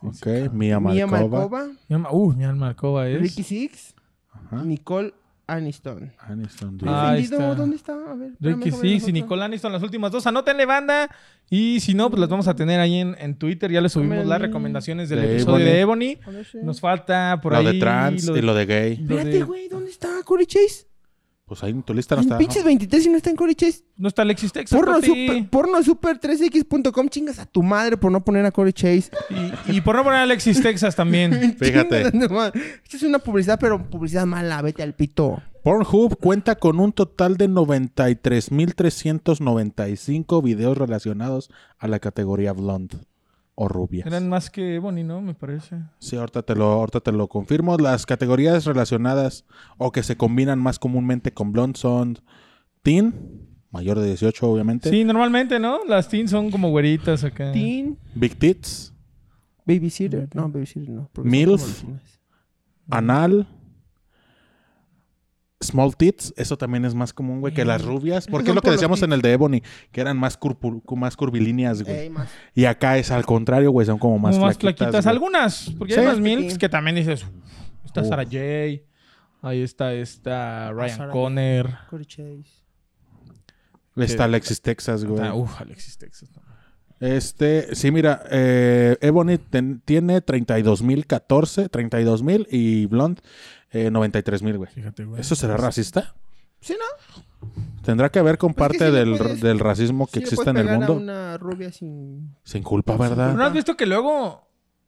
Speaker 2: Ok, Mia
Speaker 4: Mia
Speaker 2: Malkova.
Speaker 4: Malkova,
Speaker 3: Mi alma- Uh, mi alma alcoba es.
Speaker 4: Ricky Six,
Speaker 2: Ajá.
Speaker 4: Nicole Aniston.
Speaker 2: Aniston, dude.
Speaker 3: Ah, ahí
Speaker 4: Ofendido,
Speaker 3: está.
Speaker 4: ¿Dónde está? A ver, espérame,
Speaker 3: Ricky
Speaker 4: déjame ver
Speaker 3: Six y
Speaker 4: la foto.
Speaker 3: Nicole Aniston, las últimas dos. Anótenle, banda. Y si no, pues las vamos a tener ahí en, en Twitter. Ya les subimos
Speaker 4: Hombre,
Speaker 3: las
Speaker 4: no.
Speaker 3: recomendaciones del
Speaker 2: De
Speaker 3: episodio de Ebony.
Speaker 4: A ver si-
Speaker 3: Nos falta por
Speaker 2: lo
Speaker 3: ahí.
Speaker 2: de trans y lo de gay.
Speaker 3: lo
Speaker 4: Espérate,
Speaker 3: de-
Speaker 4: güey, ¿dónde está Corey Chase?
Speaker 2: Pues ahí en tu lista no
Speaker 4: En
Speaker 2: está.
Speaker 4: pinches 23 y no está en Corey Chase.
Speaker 3: No está Alexis Texas.
Speaker 4: Porno
Speaker 3: papi.
Speaker 4: super, porno super 3x.com, chingas a tu madre por no poner a Corey Chase.
Speaker 3: Y, y por no poner a Alexis Texas también.
Speaker 2: Fíjate.
Speaker 4: Chingas a tu madre. Esta es una publicidad, pero publicidad mala, vete al pito.
Speaker 3: Ah.
Speaker 2: Pornhub cuenta con un total de 93.395 videos relacionados a la categoría blonde o rubias.
Speaker 3: Eran más que Ebony, ¿no? Me parece.
Speaker 2: Sí, ahorita te, lo, ahorita te lo confirmo. Las categorías relacionadas o que se combinan más comúnmente con blonde son teen, mayor de 18 obviamente,
Speaker 3: Sí, normalmente, ¿no? Las teens son como güeritas acá.
Speaker 4: Teen,
Speaker 2: big tits,
Speaker 4: Babysitter. No, Babysitter no. porque son
Speaker 2: Milf.
Speaker 4: como latinas.
Speaker 2: anal, small tits. Eso también es más común, güey, que las rubias. Porque es
Speaker 4: son
Speaker 2: lo que
Speaker 4: por los
Speaker 2: decíamos en el de Ebony, que eran más, curpu- cu- más curvilíneas, güey.
Speaker 4: Ey, más.
Speaker 2: Y acá es al contrario, güey, son como más
Speaker 3: Como más
Speaker 2: flaquitas.
Speaker 3: flaquitas.
Speaker 2: güey.
Speaker 3: Algunas. Porque hay
Speaker 2: Sí.
Speaker 3: unas milks que también dices. "Uf, Está
Speaker 2: Uf.
Speaker 3: Sarah J. Ahí está esta Ryan
Speaker 4: Ah, Sarah J.
Speaker 3: Conner.
Speaker 4: Corey Chase.
Speaker 2: Está Alexis Texas, güey.
Speaker 4: uh.
Speaker 3: Ah, uf, Alexis Texas. no.
Speaker 2: Este, sí, mira, eh, Ebony ten- tiene 32.014, 32.000 y Blonde eh, 93.000, güey.
Speaker 3: Fíjate, güey.
Speaker 2: ¿Eso será racista?
Speaker 4: Sí, ¿no?
Speaker 2: Tendrá que ver con
Speaker 4: Pues
Speaker 2: parte
Speaker 4: que sí le
Speaker 2: del,
Speaker 4: puedes-
Speaker 2: del racismo que
Speaker 4: Sí le
Speaker 2: existe
Speaker 4: puedes
Speaker 2: en el
Speaker 4: pegar a
Speaker 2: mundo.
Speaker 4: una rubia sin...
Speaker 2: Sin culpa,
Speaker 3: Pero ¿No
Speaker 2: ¿verdad?
Speaker 3: has visto que luego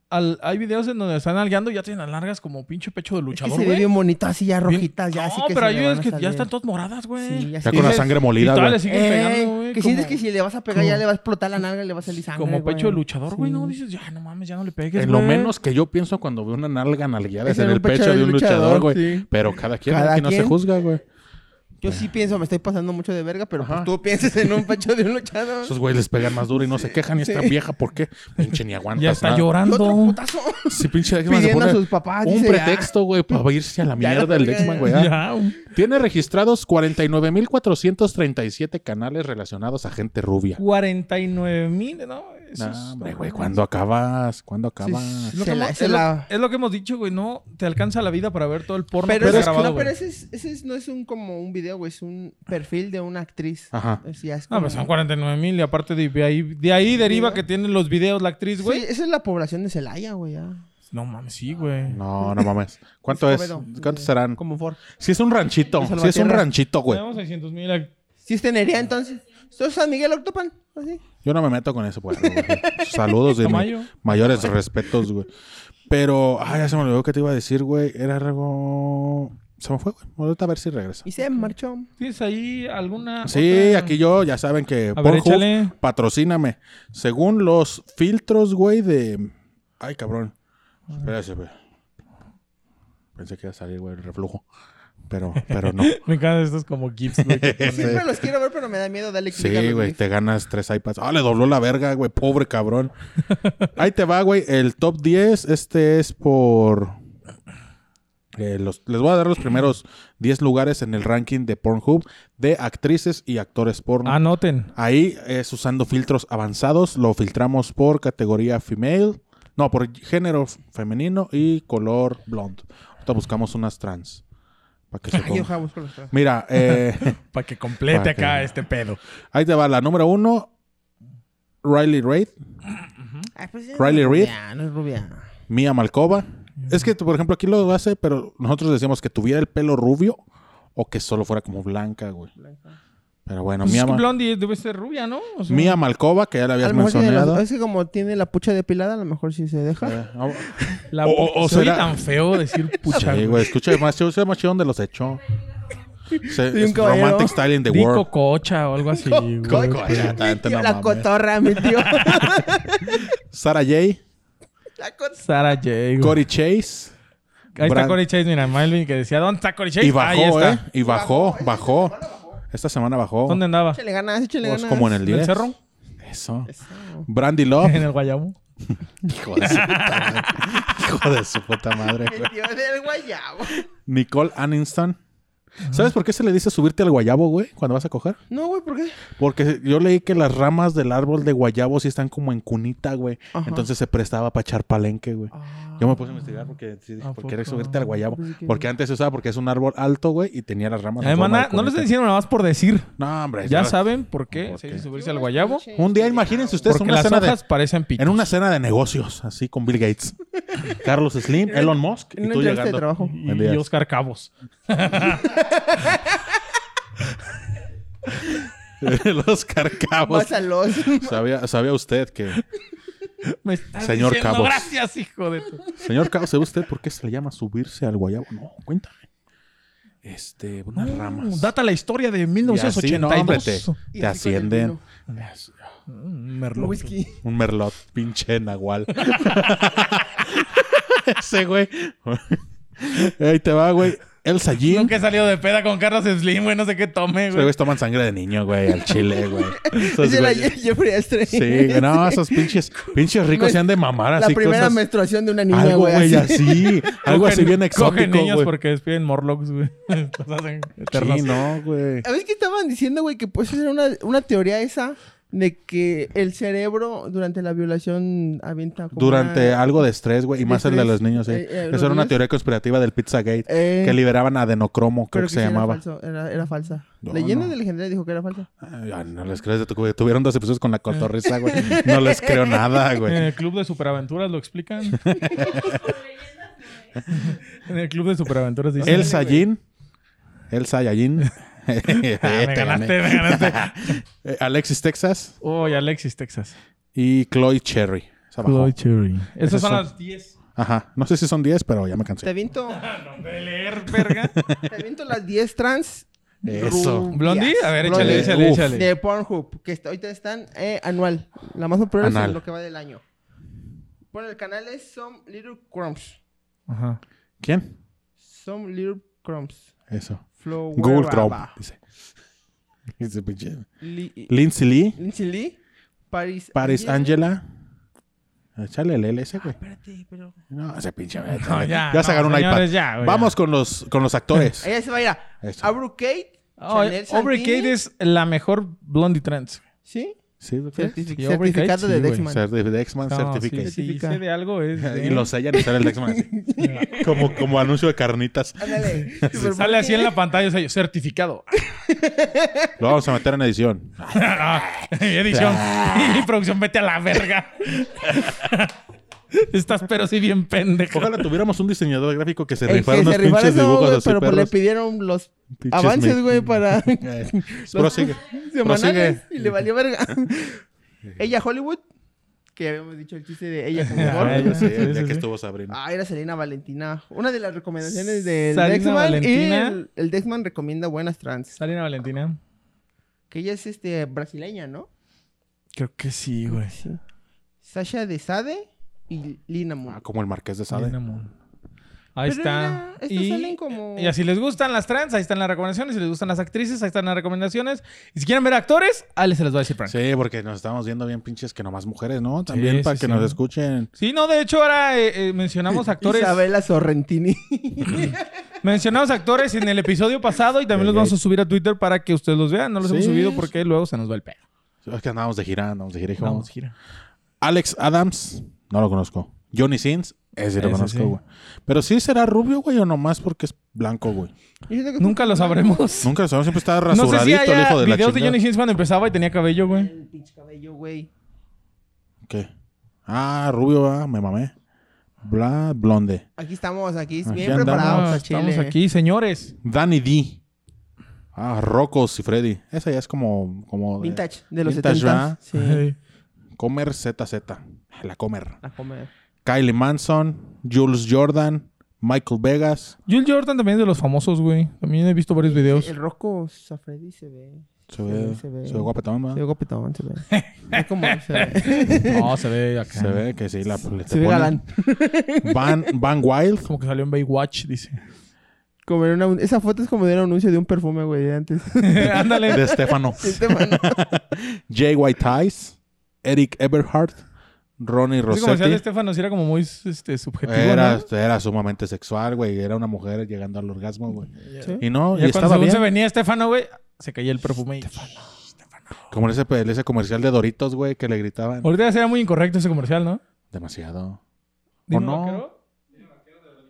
Speaker 3: al- hay videos en donde están algando y ya tienen las largas como pinche pecho de
Speaker 4: Es que
Speaker 3: luchador,
Speaker 4: se ve
Speaker 3: güey?
Speaker 4: bien bonito así, ya
Speaker 3: Bien-
Speaker 4: rojitas, ya
Speaker 3: no,
Speaker 4: así que
Speaker 3: pero
Speaker 4: se
Speaker 3: hay
Speaker 4: le van
Speaker 3: veces
Speaker 4: a
Speaker 3: que ya
Speaker 4: salir.
Speaker 3: están todas moradas, güey.
Speaker 4: Sí, ya
Speaker 2: Ya
Speaker 4: sé.
Speaker 2: con la
Speaker 3: Dices,
Speaker 2: sangre
Speaker 3: Y
Speaker 2: molida,
Speaker 3: todavía le
Speaker 2: güey.
Speaker 3: siguen
Speaker 4: Ey,
Speaker 3: pegando, güey.
Speaker 4: Que
Speaker 3: como-
Speaker 4: sientes que si le vas a pegar,
Speaker 3: como-
Speaker 4: ya le va a explotar la nalga, le va a salir sangre.
Speaker 3: Como pecho de
Speaker 4: güey.
Speaker 3: luchador, güey,
Speaker 4: Sí.
Speaker 3: ¿no? Dices, ya, no mames, ya no le pegues,
Speaker 2: En lo
Speaker 3: güey".
Speaker 2: menos que yo pienso cuando veo una nalga nalgueada
Speaker 4: Es
Speaker 2: en
Speaker 4: en
Speaker 2: el
Speaker 4: un
Speaker 2: pecho de un luchador, güey.
Speaker 4: sí.
Speaker 2: Pero cada quien,
Speaker 4: Cada
Speaker 2: aquí no se
Speaker 4: quien.
Speaker 2: juzga, güey.
Speaker 3: "Ah".
Speaker 4: Yo sí pienso, me estoy pasando mucho de verga, pero pues
Speaker 2: Ajá.
Speaker 4: tú piensas en un pecho de un luchador.
Speaker 2: Esos güeyes les pegan más duro y no se quejan. Y esta vieja, ¿por qué? Pinche ni aguanta.
Speaker 3: Ya está
Speaker 2: nada.
Speaker 4: Otro
Speaker 3: llorando.
Speaker 4: putazo.
Speaker 2: Sí, pinche Dexman se
Speaker 4: Pidiendo a
Speaker 2: pone
Speaker 4: sus papás.
Speaker 2: Un
Speaker 4: dice, "Ah".
Speaker 2: pretexto, güey, para irse a la
Speaker 4: Ya la
Speaker 2: mierda el
Speaker 4: verga,
Speaker 2: Dexman,
Speaker 4: ya.
Speaker 2: güey. ah.
Speaker 3: Ya.
Speaker 2: Tiene registrados 49.437 canales relacionados a gente rubia.
Speaker 3: 49 mil, ¿no? Eso
Speaker 2: No,
Speaker 3: es-
Speaker 2: hombre, güey, ¿cuándo acabas? ¿Cuándo
Speaker 4: "Ah". Sí,
Speaker 2: acabas?
Speaker 4: sí,
Speaker 3: Lo
Speaker 4: se
Speaker 3: que
Speaker 4: la-
Speaker 3: hemos-
Speaker 4: se
Speaker 3: es,
Speaker 4: la-
Speaker 3: lo, es lo que hemos dicho, güey. No te alcanza la vida para ver todo el porno
Speaker 4: Pero,
Speaker 3: que
Speaker 4: es-
Speaker 3: has grabado,
Speaker 4: no, pero
Speaker 3: güey.
Speaker 4: ese, es- ese es- no es un como un video, güey. Es un perfil de una actriz.
Speaker 2: Ajá.
Speaker 4: Es- ya es
Speaker 3: No,
Speaker 4: como-
Speaker 3: pues son 49 mil y aparte de, de ahí, de ahí deriva
Speaker 4: ¿Video?
Speaker 3: que tienen los videos la actriz,
Speaker 4: Sí,
Speaker 3: güey.
Speaker 4: esa es la población de Celaya, güey. ya.
Speaker 3: No mames, sí, güey.
Speaker 2: No, no mames. ¿Cuánto es?
Speaker 4: Escobedo.
Speaker 2: ¿Cuántos
Speaker 3: Mm.
Speaker 2: serán?
Speaker 4: Como Ford.
Speaker 2: Si es un ranchito,
Speaker 4: De
Speaker 2: si es un
Speaker 4: Salvatierra.
Speaker 2: ranchito, güey.
Speaker 3: Tenemos 600 mil.
Speaker 4: Si es Tenería, entonces. ¿Sos San Miguel Octopan? Así.
Speaker 2: Yo no me meto con eso, pues. güey. Saludos y
Speaker 3: Tamayo.
Speaker 2: mi- mayores respetos, güey. Pero, ay, ya se me olvidó que te iba a decir, güey. Era algo. Se me fue, güey. Ahorita a ver si regresa.
Speaker 4: Y se marchó.
Speaker 3: ¿Tienes ahí alguna?
Speaker 2: Sí,
Speaker 3: otra?
Speaker 2: aquí yo, ya saben que
Speaker 3: A ver,
Speaker 2: Pornhub,
Speaker 3: échale.
Speaker 2: patrocíname. Según los filtros, güey, de. Ay, cabrón. Espérate, güey. Pensé que iba a salir, güey, el reflujo. Pero, pero no.
Speaker 3: Me encantan estos como gifs, güey. que ponen.
Speaker 4: Siempre los quiero ver, pero me da miedo darle clic a
Speaker 2: Sí,
Speaker 4: los
Speaker 2: güey,
Speaker 4: gifs.
Speaker 2: te ganas tres iPads. Ah, le dobló la verga, güey, pobre cabrón. Ahí te va, güey, el top 10. Este es por. eh, los, les voy a dar los primeros 10 lugares en el ranking de Pornhub de actrices y actores porno.
Speaker 4: Ah,
Speaker 3: Anoten.
Speaker 2: Ahí es usando filtros avanzados. Lo filtramos por categoría female. No, por género f- femenino y color blonde. Ahorita buscamos unas trans. Para que se
Speaker 4: Ay,
Speaker 2: ponga.
Speaker 4: ojalá busco los trastes.
Speaker 2: Mira, eh,
Speaker 3: Para que complete
Speaker 2: Pa'
Speaker 3: acá
Speaker 2: que-
Speaker 3: este pedo.
Speaker 2: ahí te va la número uno. Riley Reid,
Speaker 4: Ay, pues, es
Speaker 2: Riley Reid.
Speaker 4: rubia, No es rubia.
Speaker 2: Mía Malkova. Es que, por ejemplo, aquí lo hace, pero nosotros decíamos que tuviera el pelo rubio o que solo fuera como blanca, güey. Pero bueno,
Speaker 3: Pues es
Speaker 2: Mía,
Speaker 3: que
Speaker 2: Ma-
Speaker 3: Blondie debe ser rubia, ¿no? O sea,
Speaker 2: Mía Malkova, que ya la
Speaker 4: A
Speaker 2: habías
Speaker 4: lo mejor tiene las-
Speaker 2: mencionado.
Speaker 4: es que como tiene la pucha depilada, a lo mejor sí se deja.
Speaker 2: Eh, no-
Speaker 3: la-
Speaker 2: o- o- o
Speaker 3: se oye
Speaker 2: será-
Speaker 3: tan feo decir pucha,
Speaker 2: Sí,
Speaker 3: güey.
Speaker 2: güey, escucha más chido, se más chido donde los echó. Se-
Speaker 4: un
Speaker 2: es
Speaker 4: caballero.
Speaker 2: romantic style in the
Speaker 3: Di
Speaker 2: world.
Speaker 3: cococha o algo así, güey.
Speaker 4: Coco-
Speaker 2: Coco, ya, tanto no
Speaker 4: la
Speaker 2: mames.
Speaker 4: cotorra, mi tío.
Speaker 2: Sarah J,
Speaker 4: la cotorra.
Speaker 3: Sarah J. güey.
Speaker 2: Corey Chase.
Speaker 3: Ahí
Speaker 2: Brad-
Speaker 3: está Corey Chase, mira, Melvin que decía, ¿dónde está Corey Chase?
Speaker 2: Y
Speaker 3: Ahí
Speaker 2: bajó,
Speaker 3: está.
Speaker 2: ¿eh? Y bajó, bajó. Esta semana bajó.
Speaker 3: ¿Dónde andaba?
Speaker 4: Échale ganas, échale
Speaker 2: Pues
Speaker 4: ganas.
Speaker 2: como en el
Speaker 3: ¿En el
Speaker 2: 10.
Speaker 3: cerro?
Speaker 2: Eso. Brandy Love.
Speaker 3: ¿En el Guayabo?
Speaker 2: Hijo de su puta madre. Hijo de su puta madre, güey.
Speaker 4: El tío del guayabo.
Speaker 2: Nicole Aniston. ¿Sabes por qué se le dice subirte al guayabo, güey? Cuando vas a coger.
Speaker 4: No, güey, ¿por qué?
Speaker 2: Porque yo leí que las ramas del árbol de guayabo sí están como en cunita, güey.
Speaker 4: Ajá. Ah.
Speaker 2: Entonces se prestaba para echar palenque, güey. Yo me puse a investigar porque sí dije,
Speaker 3: ¿A
Speaker 2: ¿por qué
Speaker 3: poco?
Speaker 2: subirte al guayabo?
Speaker 4: Pues, ¿qué?
Speaker 2: Porque antes se usaba porque es un árbol alto, güey, y tenía las ramas. en
Speaker 3: Además,
Speaker 2: forma de
Speaker 3: na- no les
Speaker 2: conita.
Speaker 3: estoy diciendo nada más por decir.
Speaker 2: No, hombre.
Speaker 3: Ya
Speaker 2: sabes.
Speaker 3: saben por qué
Speaker 2: ¿Por
Speaker 3: se
Speaker 2: qué?
Speaker 3: dice subirse al guayabo.
Speaker 2: Un día imagínense ustedes
Speaker 3: Porque
Speaker 2: una
Speaker 3: las
Speaker 2: cena de,
Speaker 3: hojas parecen pico.
Speaker 2: en una cena de negocios, así con Bill Gates, Carlos Slim, Elon Musk
Speaker 4: En
Speaker 2: y
Speaker 4: una
Speaker 2: tú
Speaker 4: entrevista de
Speaker 2: llegando.
Speaker 4: trabajo.
Speaker 2: Buen
Speaker 3: Y,
Speaker 2: día.
Speaker 3: y Oscar Cabos.
Speaker 2: Los carcabos.
Speaker 4: Pásalos.
Speaker 2: ¿Sabía, sabía usted que...
Speaker 3: Me estás
Speaker 2: Señor
Speaker 3: diciendo
Speaker 2: Cabos.
Speaker 3: gracias, hijo de tu...
Speaker 2: Señor Cabos, ¿sabe usted por qué se le llama subirse al guayabo? No, cuéntame. Este, unas ramas.
Speaker 3: Data la historia de
Speaker 2: Y así, no,
Speaker 3: 1982.
Speaker 2: hombre, te, te ascienden.
Speaker 3: Mm, Merlot.
Speaker 4: Whisky.
Speaker 2: Un merlot, pinche nahual. Ese güey. Ahí te va, güey. Elsa Jean.
Speaker 3: Nunca he salido de peda con Carlos Slim, güey. No sé qué tome,
Speaker 2: Esos
Speaker 3: güey.
Speaker 2: güeyes toman sangre de niño, güey, al chile, güey. Esos
Speaker 4: Dice la
Speaker 2: güeyes-
Speaker 4: Je- Jeffrey Astre.
Speaker 2: Sí, güey, no, esos pinches, pinches ricos
Speaker 4: Me-
Speaker 2: se han de mamar
Speaker 4: La
Speaker 2: así
Speaker 4: primera
Speaker 2: cosas.
Speaker 4: menstruación de una niña,
Speaker 2: algo, güey,
Speaker 4: güey. así.
Speaker 2: así. algo así
Speaker 3: Cogen-
Speaker 2: bien
Speaker 3: Cogen
Speaker 2: exótico,
Speaker 3: niños
Speaker 2: güey.
Speaker 3: porque despiden Morlocks, güey. Los hacen eternos.
Speaker 2: Sí, no, güey.
Speaker 4: ¿Sabes qué estaban diciendo, güey? Que pues era una, una teoría esa de que el cerebro durante la violación avienta como
Speaker 2: Durante
Speaker 4: una-
Speaker 2: algo de estrés, güey, y
Speaker 4: de
Speaker 2: más el de
Speaker 4: estrés.
Speaker 2: los niños, sí.
Speaker 4: Eh, eh, los
Speaker 2: Eso era una
Speaker 4: niños.
Speaker 2: teoría conspirativa del Pizzagate,
Speaker 4: Eh.
Speaker 2: que liberaban adenocromo, creo
Speaker 4: Pero
Speaker 2: que, se
Speaker 4: sí
Speaker 2: llamaba.
Speaker 4: Era, falso, era, era falsa.
Speaker 2: No,
Speaker 4: Leyenda
Speaker 2: no.
Speaker 4: de legendaria dijo que era falsa.
Speaker 2: Ay, ay, no les creo, tu- tuvieron dos episodios con la cotorriza, güey. No les creo nada,
Speaker 3: En
Speaker 2: güey.
Speaker 3: el club de superaventuras lo explican. en el club de superaventuras dicen.
Speaker 2: El Sayin. El Eh, Sayayin.
Speaker 3: Ah, me ganaste, me ganaste.
Speaker 2: Eh, Alexis, Texas.
Speaker 3: Oh, y Alexis, Texas.
Speaker 2: Y Chloe Cherry. Esa bajó.
Speaker 3: Chloe Cherry. Esas
Speaker 2: Esas
Speaker 3: son
Speaker 2: son-
Speaker 3: las 10.
Speaker 2: Ajá. No sé si son 10, pero ya me cansé.
Speaker 4: Te aviento,
Speaker 3: De Ah, leer, verga.
Speaker 4: te aviento las 10 trans
Speaker 2: Eso.
Speaker 4: Rubias.
Speaker 3: Blondie, a ver, échale,
Speaker 4: Blondie.
Speaker 3: échale,
Speaker 2: Uf.
Speaker 3: échale.
Speaker 4: de Pornhub, que está- ahorita están eh, anual. La más popular es
Speaker 2: Anal.
Speaker 4: en lo que va del año. Bueno, el canal es Some Little Crumbs.
Speaker 3: Ajá.
Speaker 2: ¿Quién?
Speaker 4: Some Little Crumbs.
Speaker 2: Eso.
Speaker 4: Flow.
Speaker 2: Google Chrome. Dice. Dice pinche. Lindsay Lee,
Speaker 4: Lindsay Lee. Paris.
Speaker 2: Paris Angela. Échale el L ese, güey.
Speaker 4: Espérate, pero.
Speaker 2: No, ese pinche.
Speaker 3: No, ya,
Speaker 2: ya, Eh, se agarró
Speaker 3: no,
Speaker 2: un
Speaker 3: señores,
Speaker 2: iPad.
Speaker 3: ya, güey, ya.
Speaker 2: Vamos con los, con los actores.
Speaker 4: Ella se va a ir a.
Speaker 2: Eso.
Speaker 4: Abru Kate.
Speaker 3: Oh,
Speaker 4: Chanel
Speaker 3: Aubrey
Speaker 4: Santini.
Speaker 3: Kate es la mejor Blondie Trans.
Speaker 4: Sí.
Speaker 2: ¿Sí? ¿lo crees?
Speaker 4: Certific-
Speaker 3: Sí, Aubrey Kate,
Speaker 4: certificado de
Speaker 2: Sí, güey.
Speaker 4: Dexman.
Speaker 2: Certi- Dexman
Speaker 3: No,
Speaker 2: Certificate.
Speaker 3: sí, sí,
Speaker 4: Certifica.
Speaker 3: sé de algo es. de-
Speaker 2: Y lo sellan y sale el Dexman así. como, como anuncio de carnitas.
Speaker 4: Ándale. Super
Speaker 3: Sale así en
Speaker 4: Bowl.
Speaker 3: la pantalla, o sea, yo, certificado.
Speaker 2: Lo vamos a meter en edición.
Speaker 3: Edición y producción, vete a la verga. Estás pero sí bien pendejo.
Speaker 2: Ojalá tuviéramos un diseñador gráfico que se
Speaker 4: El
Speaker 2: rifara
Speaker 4: que
Speaker 2: unos
Speaker 4: se rifara
Speaker 2: pinches
Speaker 4: eso,
Speaker 2: dibujos
Speaker 4: güey,
Speaker 2: así,
Speaker 4: pero pues le
Speaker 2: perros.
Speaker 4: pidieron los
Speaker 2: Pinches
Speaker 4: avances,
Speaker 2: me-
Speaker 4: güey, para
Speaker 2: Eh,
Speaker 4: los
Speaker 2: prosigue.
Speaker 4: semanales
Speaker 2: Prosigue.
Speaker 4: y le valió verga. ella Hollywood, que ya habíamos dicho el chiste de ella como
Speaker 3: Ah,
Speaker 2: Ah,
Speaker 4: Bond.
Speaker 2: ya sé,
Speaker 3: Sí,
Speaker 2: el día
Speaker 3: sí,
Speaker 2: que
Speaker 3: sí.
Speaker 2: estuvo Sabrina.
Speaker 4: Ah, era Selena Valentina. Una de las recomendaciones del
Speaker 3: Selena
Speaker 4: Dexman.
Speaker 3: Valentina.
Speaker 4: Y el, el Dexman recomienda buenas trans.
Speaker 3: Salina Valentina.
Speaker 4: Que ella es este brasileña, ¿no?
Speaker 3: Creo que sí, güey.
Speaker 4: Sasha de Sade y Lina Moon.
Speaker 2: Ah, como el Marqués de Sade.
Speaker 3: Selena Moon. Ahí
Speaker 4: Pero
Speaker 3: está.
Speaker 4: era- estas
Speaker 3: y,
Speaker 4: salen como-
Speaker 3: y así les gustan las trans, ahí están las recomendaciones. Si les gustan las actrices, ahí están las recomendaciones. Y si quieren ver actores, Alex se las va a decir Fran. Sí.
Speaker 2: Sí, porque nos estamos viendo bien pinches que nomás mujeres, ¿no? También
Speaker 3: Sí,
Speaker 2: para
Speaker 3: sí,
Speaker 2: que
Speaker 3: sí.
Speaker 2: nos escuchen.
Speaker 3: no, de hecho, ahora eh, eh, mencionamos actores.
Speaker 4: Isabela Sorrentini.
Speaker 3: Mencionamos actores en el episodio pasado y también los vamos a subir a Twitter para que ustedes los vean. No los hemos
Speaker 2: Sí.
Speaker 3: subido porque luego se nos va el pedo.
Speaker 2: Es que andábamos de gira, andábamos de gira. hijo.
Speaker 3: Vamos, gira.
Speaker 2: Alex Adams, no lo conozco. Johnny Sins, ese lo
Speaker 3: Ese sí.
Speaker 2: conozco, güey. Pero sí será rubio, güey, o nomás porque es blanco, güey.
Speaker 4: Yo siento que-
Speaker 3: Nunca lo sabremos.
Speaker 2: Nunca lo sabemos, siempre está
Speaker 3: No sé si
Speaker 2: rasuradito el
Speaker 3: haya
Speaker 2: hijo de la
Speaker 3: videos de
Speaker 2: chingada.
Speaker 3: Johnny Sins cuando empezaba y tenía cabello, güey.
Speaker 4: El pinche cabello, güey.
Speaker 2: ¿Qué? Ah, rubio, ah, me mamé. Bla, blonde.
Speaker 4: Aquí estamos, aquí,
Speaker 2: Aquí
Speaker 4: bien
Speaker 2: andamos,
Speaker 4: preparados.
Speaker 3: Ah,
Speaker 4: a Chile.
Speaker 3: estamos aquí, señores.
Speaker 2: Danny D. Ah, Rocos y Freddy. Esa ya es como... como de
Speaker 4: Vintage, de los
Speaker 2: Vintage,
Speaker 4: 70.
Speaker 2: ¿verdad?
Speaker 4: Sí.
Speaker 2: Comer ZZ. La comer.
Speaker 4: A comer.
Speaker 2: Kylie Manson, Jules Jordan, Michael Vegas.
Speaker 3: Jill Jordan también es de los famosos, güey. También he visto varios videos.
Speaker 4: El Rocco Safredi se ve.
Speaker 2: Se ve,
Speaker 4: se ve.
Speaker 2: se ve guapetón, ¿verdad?
Speaker 4: Se ve guapetón, se ve. Es como se ve.
Speaker 3: No, se ve acá.
Speaker 2: Se ve que sí, la, le te
Speaker 4: Se ve
Speaker 2: pone-
Speaker 4: galán.
Speaker 2: Van, Van Wild.
Speaker 3: Como que salió en Baywatch, dice.
Speaker 4: Como en una- esa foto es como de un anuncio de un perfume, güey, de antes.
Speaker 3: Ándale.
Speaker 2: De Stefano.
Speaker 4: Este mano.
Speaker 2: J.Y. Tice. Eric Eberhardt. Ronnie
Speaker 3: Ese comercial de
Speaker 2: Rossetti.
Speaker 3: Estefano sí era como muy este, subjetivo,
Speaker 2: Era,
Speaker 3: ¿no?
Speaker 2: era sumamente sexual, güey. Era una mujer llegando al orgasmo, güey.
Speaker 4: Sí.
Speaker 2: Y no, y
Speaker 3: Ya cuando
Speaker 2: estaba
Speaker 3: según
Speaker 2: bien.
Speaker 3: se venía Estefano, güey, se caía el perfume. y-
Speaker 2: Como en ese, en ese comercial de Doritos, güey, que le gritaban.
Speaker 3: Ahorita ya sería muy incorrecto ese comercial, ¿no?
Speaker 2: Demasiado.
Speaker 3: Dime,
Speaker 2: no?
Speaker 3: vaquero.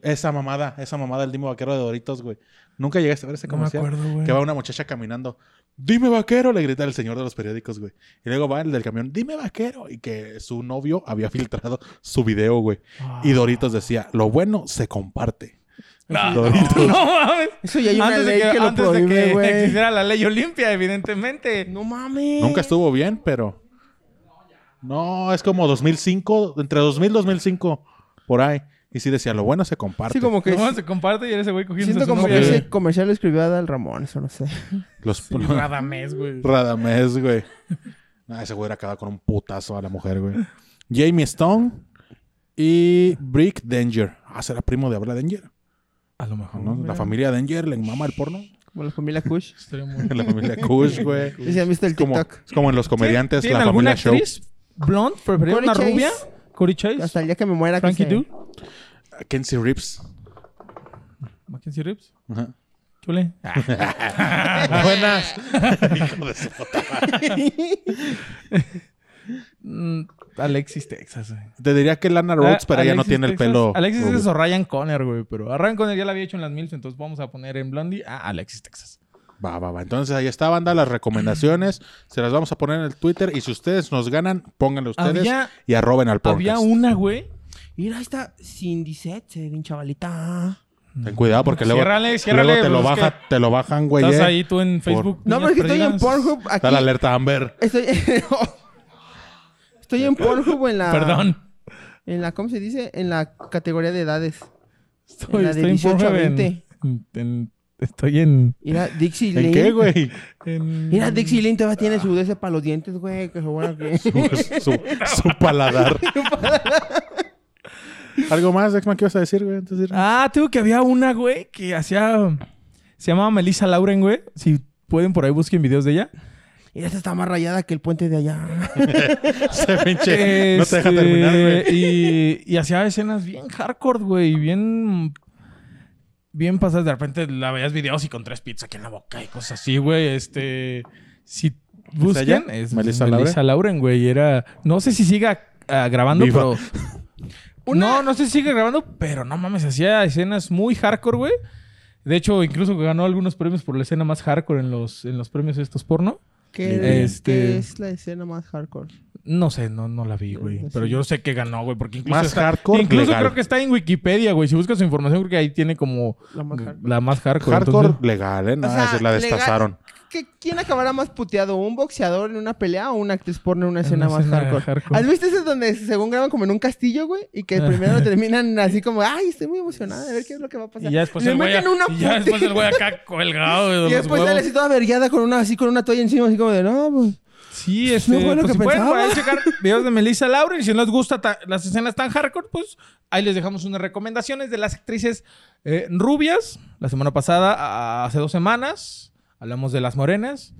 Speaker 2: Esa mamada, esa mamada del Dimo Vaquero de Doritos, güey. Nunca llegaste a ver ese
Speaker 3: No me
Speaker 2: comercial.
Speaker 3: acuerdo, güey.
Speaker 2: Que va una muchacha caminando. Dime vaquero, le grita el señor de los periódicos, güey. Y luego va el del camión, dime vaquero. Y que su novio había filtrado su video, güey.
Speaker 3: Ah. Ah.
Speaker 2: Y Doritos decía, lo bueno se comparte. Doritos.
Speaker 3: No mames.
Speaker 4: Eso ya hay una
Speaker 3: antes de
Speaker 4: ley
Speaker 3: que,
Speaker 4: que, lo
Speaker 3: antes de
Speaker 4: prohíbe,
Speaker 3: que
Speaker 4: güey.
Speaker 3: existiera la ley Olimpia, evidentemente.
Speaker 4: No mames.
Speaker 2: Nunca estuvo bien, pero... No, es como 2005, entre 2000 y 2005, por ahí. Y sí decía, lo bueno se comparte.
Speaker 4: Sí, como que.
Speaker 3: Nomás se comparte y ese güey cogiendo
Speaker 4: Siento como que ese comercial lo escribió Adal Ramón, eso no sé.
Speaker 2: Los...
Speaker 3: Radamés, güey.
Speaker 2: Radamés, güey. Nah, ese güey era acabado con un putazo a la mujer, güey. Jamie Stone y Brick Danger. Ah, será primo de Abra Danger.
Speaker 3: A lo mejor,
Speaker 2: ¿no? La familia Danger le mama el porno.
Speaker 4: Como la familia Kush.
Speaker 3: Estaría muy-
Speaker 2: La familia Kush, güey.
Speaker 4: Y si han visto el
Speaker 2: Es como,
Speaker 4: TikTok.
Speaker 2: es como en los comediantes,
Speaker 3: ¿Tienen
Speaker 2: la
Speaker 3: alguna
Speaker 2: familia Show.
Speaker 3: actriz blonde preferida?
Speaker 4: Corey
Speaker 3: ¿Una
Speaker 4: Chase.
Speaker 3: rubia? ¿Cory Chase?
Speaker 4: Hasta el día que me muera. que
Speaker 3: ¿Frankie
Speaker 4: se-
Speaker 3: Dude?
Speaker 2: Kenzie Rips.
Speaker 3: ¿Mackenzie Reeves?
Speaker 2: Ajá.
Speaker 3: Chule.
Speaker 2: Buenas. Hijo de su puta.
Speaker 3: Mm, Alexis Texas, güey.
Speaker 2: Te diría que Lana Rhodes, pero
Speaker 3: Ah,
Speaker 2: ella no
Speaker 3: Alexis
Speaker 2: tiene
Speaker 3: Texas.
Speaker 2: el pelo.
Speaker 3: Alexis
Speaker 2: rubio.
Speaker 3: Texas o Ryan Conner, güey. Pero a Ryan Conner ya la había hecho en las Mills, entonces vamos a poner en Blondie a Alexis Texas.
Speaker 2: Va, va, va. Entonces ahí está, banda, las recomendaciones. Se las vamos a poner en el Twitter. Y si ustedes nos ganan, pónganle ustedes
Speaker 3: Había-
Speaker 2: y arroben al podcast.
Speaker 3: Había una, güey.
Speaker 4: Mira, ahí está Cindy Set, bien chavalita.
Speaker 2: Ten cuidado porque luego,
Speaker 3: Ciérrale, ciérrale,
Speaker 2: luego te, lo
Speaker 3: pues, es
Speaker 2: baja, te lo bajan, güey.
Speaker 3: Estás
Speaker 2: eh.
Speaker 3: ahí tú en
Speaker 2: Por-
Speaker 3: Facebook.
Speaker 4: No, pero
Speaker 3: niñas
Speaker 4: es que estoy en
Speaker 3: perdidas.
Speaker 4: Pornhub. Aquí.
Speaker 2: Está la alerta Amber.
Speaker 4: Estoy, estoy en Pornhub en la.
Speaker 3: Perdón.
Speaker 4: En la, ¿cómo se dice? En la categoría de edades.
Speaker 3: Estoy,
Speaker 4: En la de
Speaker 3: estoy en
Speaker 4: 18 a
Speaker 3: Pornhub. en-
Speaker 4: 20.
Speaker 3: en- en- estoy en...
Speaker 4: Mira, Dixie Lane.
Speaker 2: ¿En qué, güey?
Speaker 3: en-
Speaker 4: Mira, Dixie Lane todavía tiene su de ese para los dientes, güey. Que se bueno que.
Speaker 2: su, su paladar. ¿Algo más, Dexman, qué vas a decir, güey? Antes de ir?
Speaker 3: Ah, tengo que había una, güey, que hacía Se llamaba Melissa Lauren, güey. Si pueden por ahí busquen videos de ella.
Speaker 4: Y esta está más rayada que el puente de allá.
Speaker 2: Se pinche. No te deja
Speaker 3: Este,
Speaker 2: terminar, güey.
Speaker 3: Ah, Y, y hacía escenas bien hardcore, güey. y Bien. Bien pasadas. De repente la veías videos y con tres pizzas aquí en la boca y cosas así, güey. Este. Si busquen.
Speaker 2: ella?
Speaker 3: Es
Speaker 2: ¿Melissa
Speaker 3: Melissa, Lauren, güey. y Era. No sé si siga ah, grabando,
Speaker 2: Viva.
Speaker 3: pero. No, no sé si sigue grabando, pero no mames, hacía escenas muy hardcore, güey. De hecho, incluso ganó algunos premios por la escena más hardcore en los, en los premios estos porno.
Speaker 4: ¿Qué,
Speaker 3: Este-
Speaker 4: qué es la escena más hardcore?
Speaker 3: No sé, no, no la vi, güey.
Speaker 4: Sí.
Speaker 3: Pero yo sé que ganó, güey. Porque incluso.
Speaker 2: Más
Speaker 3: pues está-
Speaker 2: hardcore,
Speaker 3: Incluso
Speaker 2: legal.
Speaker 3: creo que está en Wikipedia, güey. Si buscas su información, creo que ahí tiene como
Speaker 4: La más hardcore.
Speaker 3: la más hardcore.
Speaker 2: Hardcore
Speaker 3: entonces-
Speaker 2: legal, ¿eh? No,
Speaker 4: O sea,
Speaker 2: esa la
Speaker 4: legal.
Speaker 2: destazaron.
Speaker 4: ¿Qué- ¿Quién acabará más puteado? ¿Un boxeador en una pelea o una actriz porno en una escena más
Speaker 3: escena
Speaker 4: hardcore?
Speaker 3: hardcore.
Speaker 4: ¿Has visto ese donde según graban como en un castillo, güey? Y que primero terminan así como, ay, estoy muy emocionada, a ver qué es lo que va a pasar.
Speaker 3: y ya después
Speaker 4: Le
Speaker 3: el güey.
Speaker 4: meten una
Speaker 3: Y ya después
Speaker 4: puti-
Speaker 3: el güey acá colgado, güey. de
Speaker 4: Y
Speaker 3: los
Speaker 4: después sale
Speaker 3: huevos.
Speaker 4: así toda vergueada con una, así con una toalla encima, así como de, no, pues.
Speaker 3: Sí, este,
Speaker 4: No fue lo que
Speaker 3: pues, si pueden por ahí
Speaker 4: pensaba.
Speaker 3: checar videos de Melissa Lauren. Si no les gustan las escenas tan hardcore, pues ahí les dejamos unas recomendaciones de las actrices eh, rubias. La semana pasada, a- hace dos semanas, hablamos de las morenas.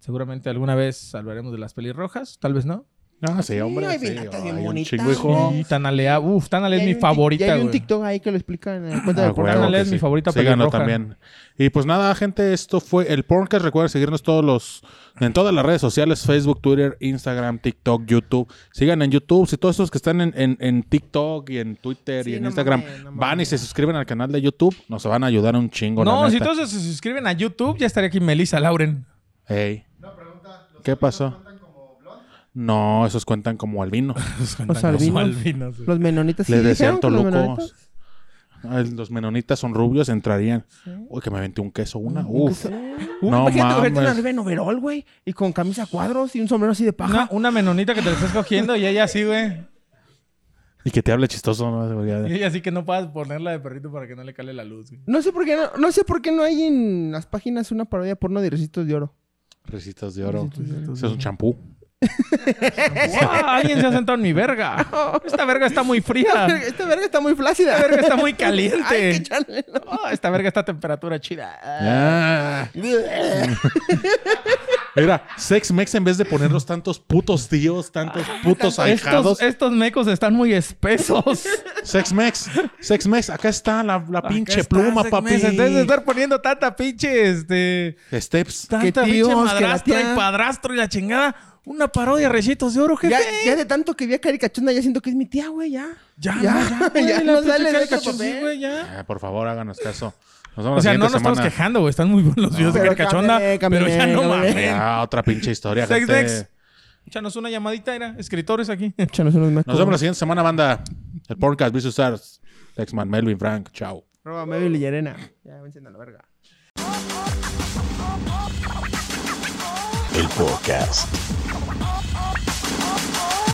Speaker 3: Seguramente alguna vez hablaremos de las pelirrojas, tal vez no.
Speaker 2: Ah, sí, hombre.
Speaker 4: Ay,
Speaker 2: sí.
Speaker 4: mira, está bien
Speaker 2: Ay, un
Speaker 4: bonita,
Speaker 2: chingo, hijo.
Speaker 3: Y Tanalea, uff, Tanalea
Speaker 4: Ya
Speaker 3: es
Speaker 4: hay
Speaker 3: mi
Speaker 4: un tic-
Speaker 3: favorita,
Speaker 4: Ya hay un
Speaker 3: güey.
Speaker 4: TikTok ahí que lo explica en
Speaker 2: Ah,
Speaker 4: el cuenta del
Speaker 2: huevo
Speaker 4: programa.
Speaker 3: Ándale,
Speaker 2: que
Speaker 3: es mi favorita
Speaker 2: Sí, ganó
Speaker 3: pelirroja.
Speaker 2: también. Y pues nada, gente, esto fue el Porncast. Recuerden seguirnos todos los, en todas las redes sociales, Facebook, Twitter, Instagram, TikTok, YouTube. Sigan en YouTube. Si todos esos que están en, en- en TikTok y en Twitter
Speaker 4: Sí,
Speaker 2: y en
Speaker 4: no
Speaker 2: Instagram
Speaker 4: mames, no
Speaker 2: van y
Speaker 4: mames.
Speaker 2: se suscriben al canal de YouTube, nos van a ayudar un chingo. la
Speaker 3: No, si
Speaker 2: neta.
Speaker 3: todos se suscriben a YouTube, ya estaría aquí Melissa Lauren.
Speaker 2: Ey. ¿Qué pasó? No, esos cuentan como albino.
Speaker 4: Los albinos.
Speaker 3: albinos, güey.
Speaker 4: Los menonitas sí
Speaker 2: Les decían
Speaker 4: dijeron que los
Speaker 2: tolucos.
Speaker 4: menonitas.
Speaker 2: Ay, Los menonitas son rubios, entrarían. Uy, que me aventé un queso, una. Uf.
Speaker 4: Uy,
Speaker 2: No
Speaker 4: imagínate cogerte una
Speaker 2: mames.
Speaker 4: nube en overall, güey, y con camisa a cuadros y un sombrero así de paja.
Speaker 3: Una, una menonita que te la estás cogiendo y ella así, güey.
Speaker 2: Y que te hable chistoso, ¿no? Ya-
Speaker 3: Y así que no puedas ponerla de perrito para que no le cale la luz. güey.
Speaker 4: No sé por qué no, no sé por qué no hay en las páginas una parodia porno de Recitos de Oro.
Speaker 2: Recitas de oro. Ese es un champú.
Speaker 3: ¡Guau! Ah, Alguien se ha sentado en mi verga. Esta verga está muy
Speaker 4: Esta
Speaker 3: fría.
Speaker 4: verga-
Speaker 3: Esta
Speaker 4: Esta verga está muy flácida.
Speaker 3: verga está muy
Speaker 4: Ay, qué
Speaker 3: caliente.
Speaker 4: chale, no.
Speaker 3: Ah, esta verga está a temperatura chida.
Speaker 2: Ah. Mira, Sex Mex en vez de ponernos tantos putos tíos, tantos putos ahijados.
Speaker 3: Ah, Estos, estos mecos están muy espesos.
Speaker 2: Sex Mex, Sex Mex, acá está la, la pinche
Speaker 3: Acá está,
Speaker 2: pluma,
Speaker 3: se-
Speaker 2: papi.
Speaker 3: me- En vez de estar poniendo tanta pinche, este...
Speaker 2: Steps.
Speaker 4: Que
Speaker 3: Tanta pinche
Speaker 4: tíos, que la
Speaker 3: madrastra
Speaker 4: tía-
Speaker 3: y padrastro y la chingada. Una parodia, recitos de oro, jefe.
Speaker 4: Ya, ya de tanto que vi a Caricachunda, ya siento que es mi tía, güey, ya.
Speaker 3: Ya,
Speaker 4: Ya,
Speaker 3: no, güey,
Speaker 4: ya
Speaker 3: la
Speaker 4: no
Speaker 3: pinche
Speaker 4: sale de
Speaker 3: cara
Speaker 4: otro
Speaker 3: cachos-
Speaker 4: papel.
Speaker 3: sí, güey, ya.
Speaker 2: Ah, por favor, háganos caso. Nos vemos
Speaker 3: O sea,
Speaker 2: la
Speaker 3: no nos
Speaker 2: siguiente
Speaker 3: estamos
Speaker 2: semana.
Speaker 3: quejando, güey. Están muy buenos los videos de
Speaker 4: Pero
Speaker 3: Carcachonda.
Speaker 4: cámbiale,
Speaker 3: Pero ya
Speaker 4: cámbiale,
Speaker 3: no
Speaker 4: cámbiale.
Speaker 3: mames.
Speaker 2: Ah, otra pinche historia,
Speaker 3: Sex
Speaker 2: gente.
Speaker 3: Mex. Échanos una llamadita, era. Escritores aquí.
Speaker 4: Échanos unos mecos.
Speaker 2: Nos vemos la siguiente semana, banda. El podcast Visual Arts. Sexman, Melvin, Frank. Chao.
Speaker 4: Roba Mabel y Llerena. Ya, me a la verga.
Speaker 1: El podcast.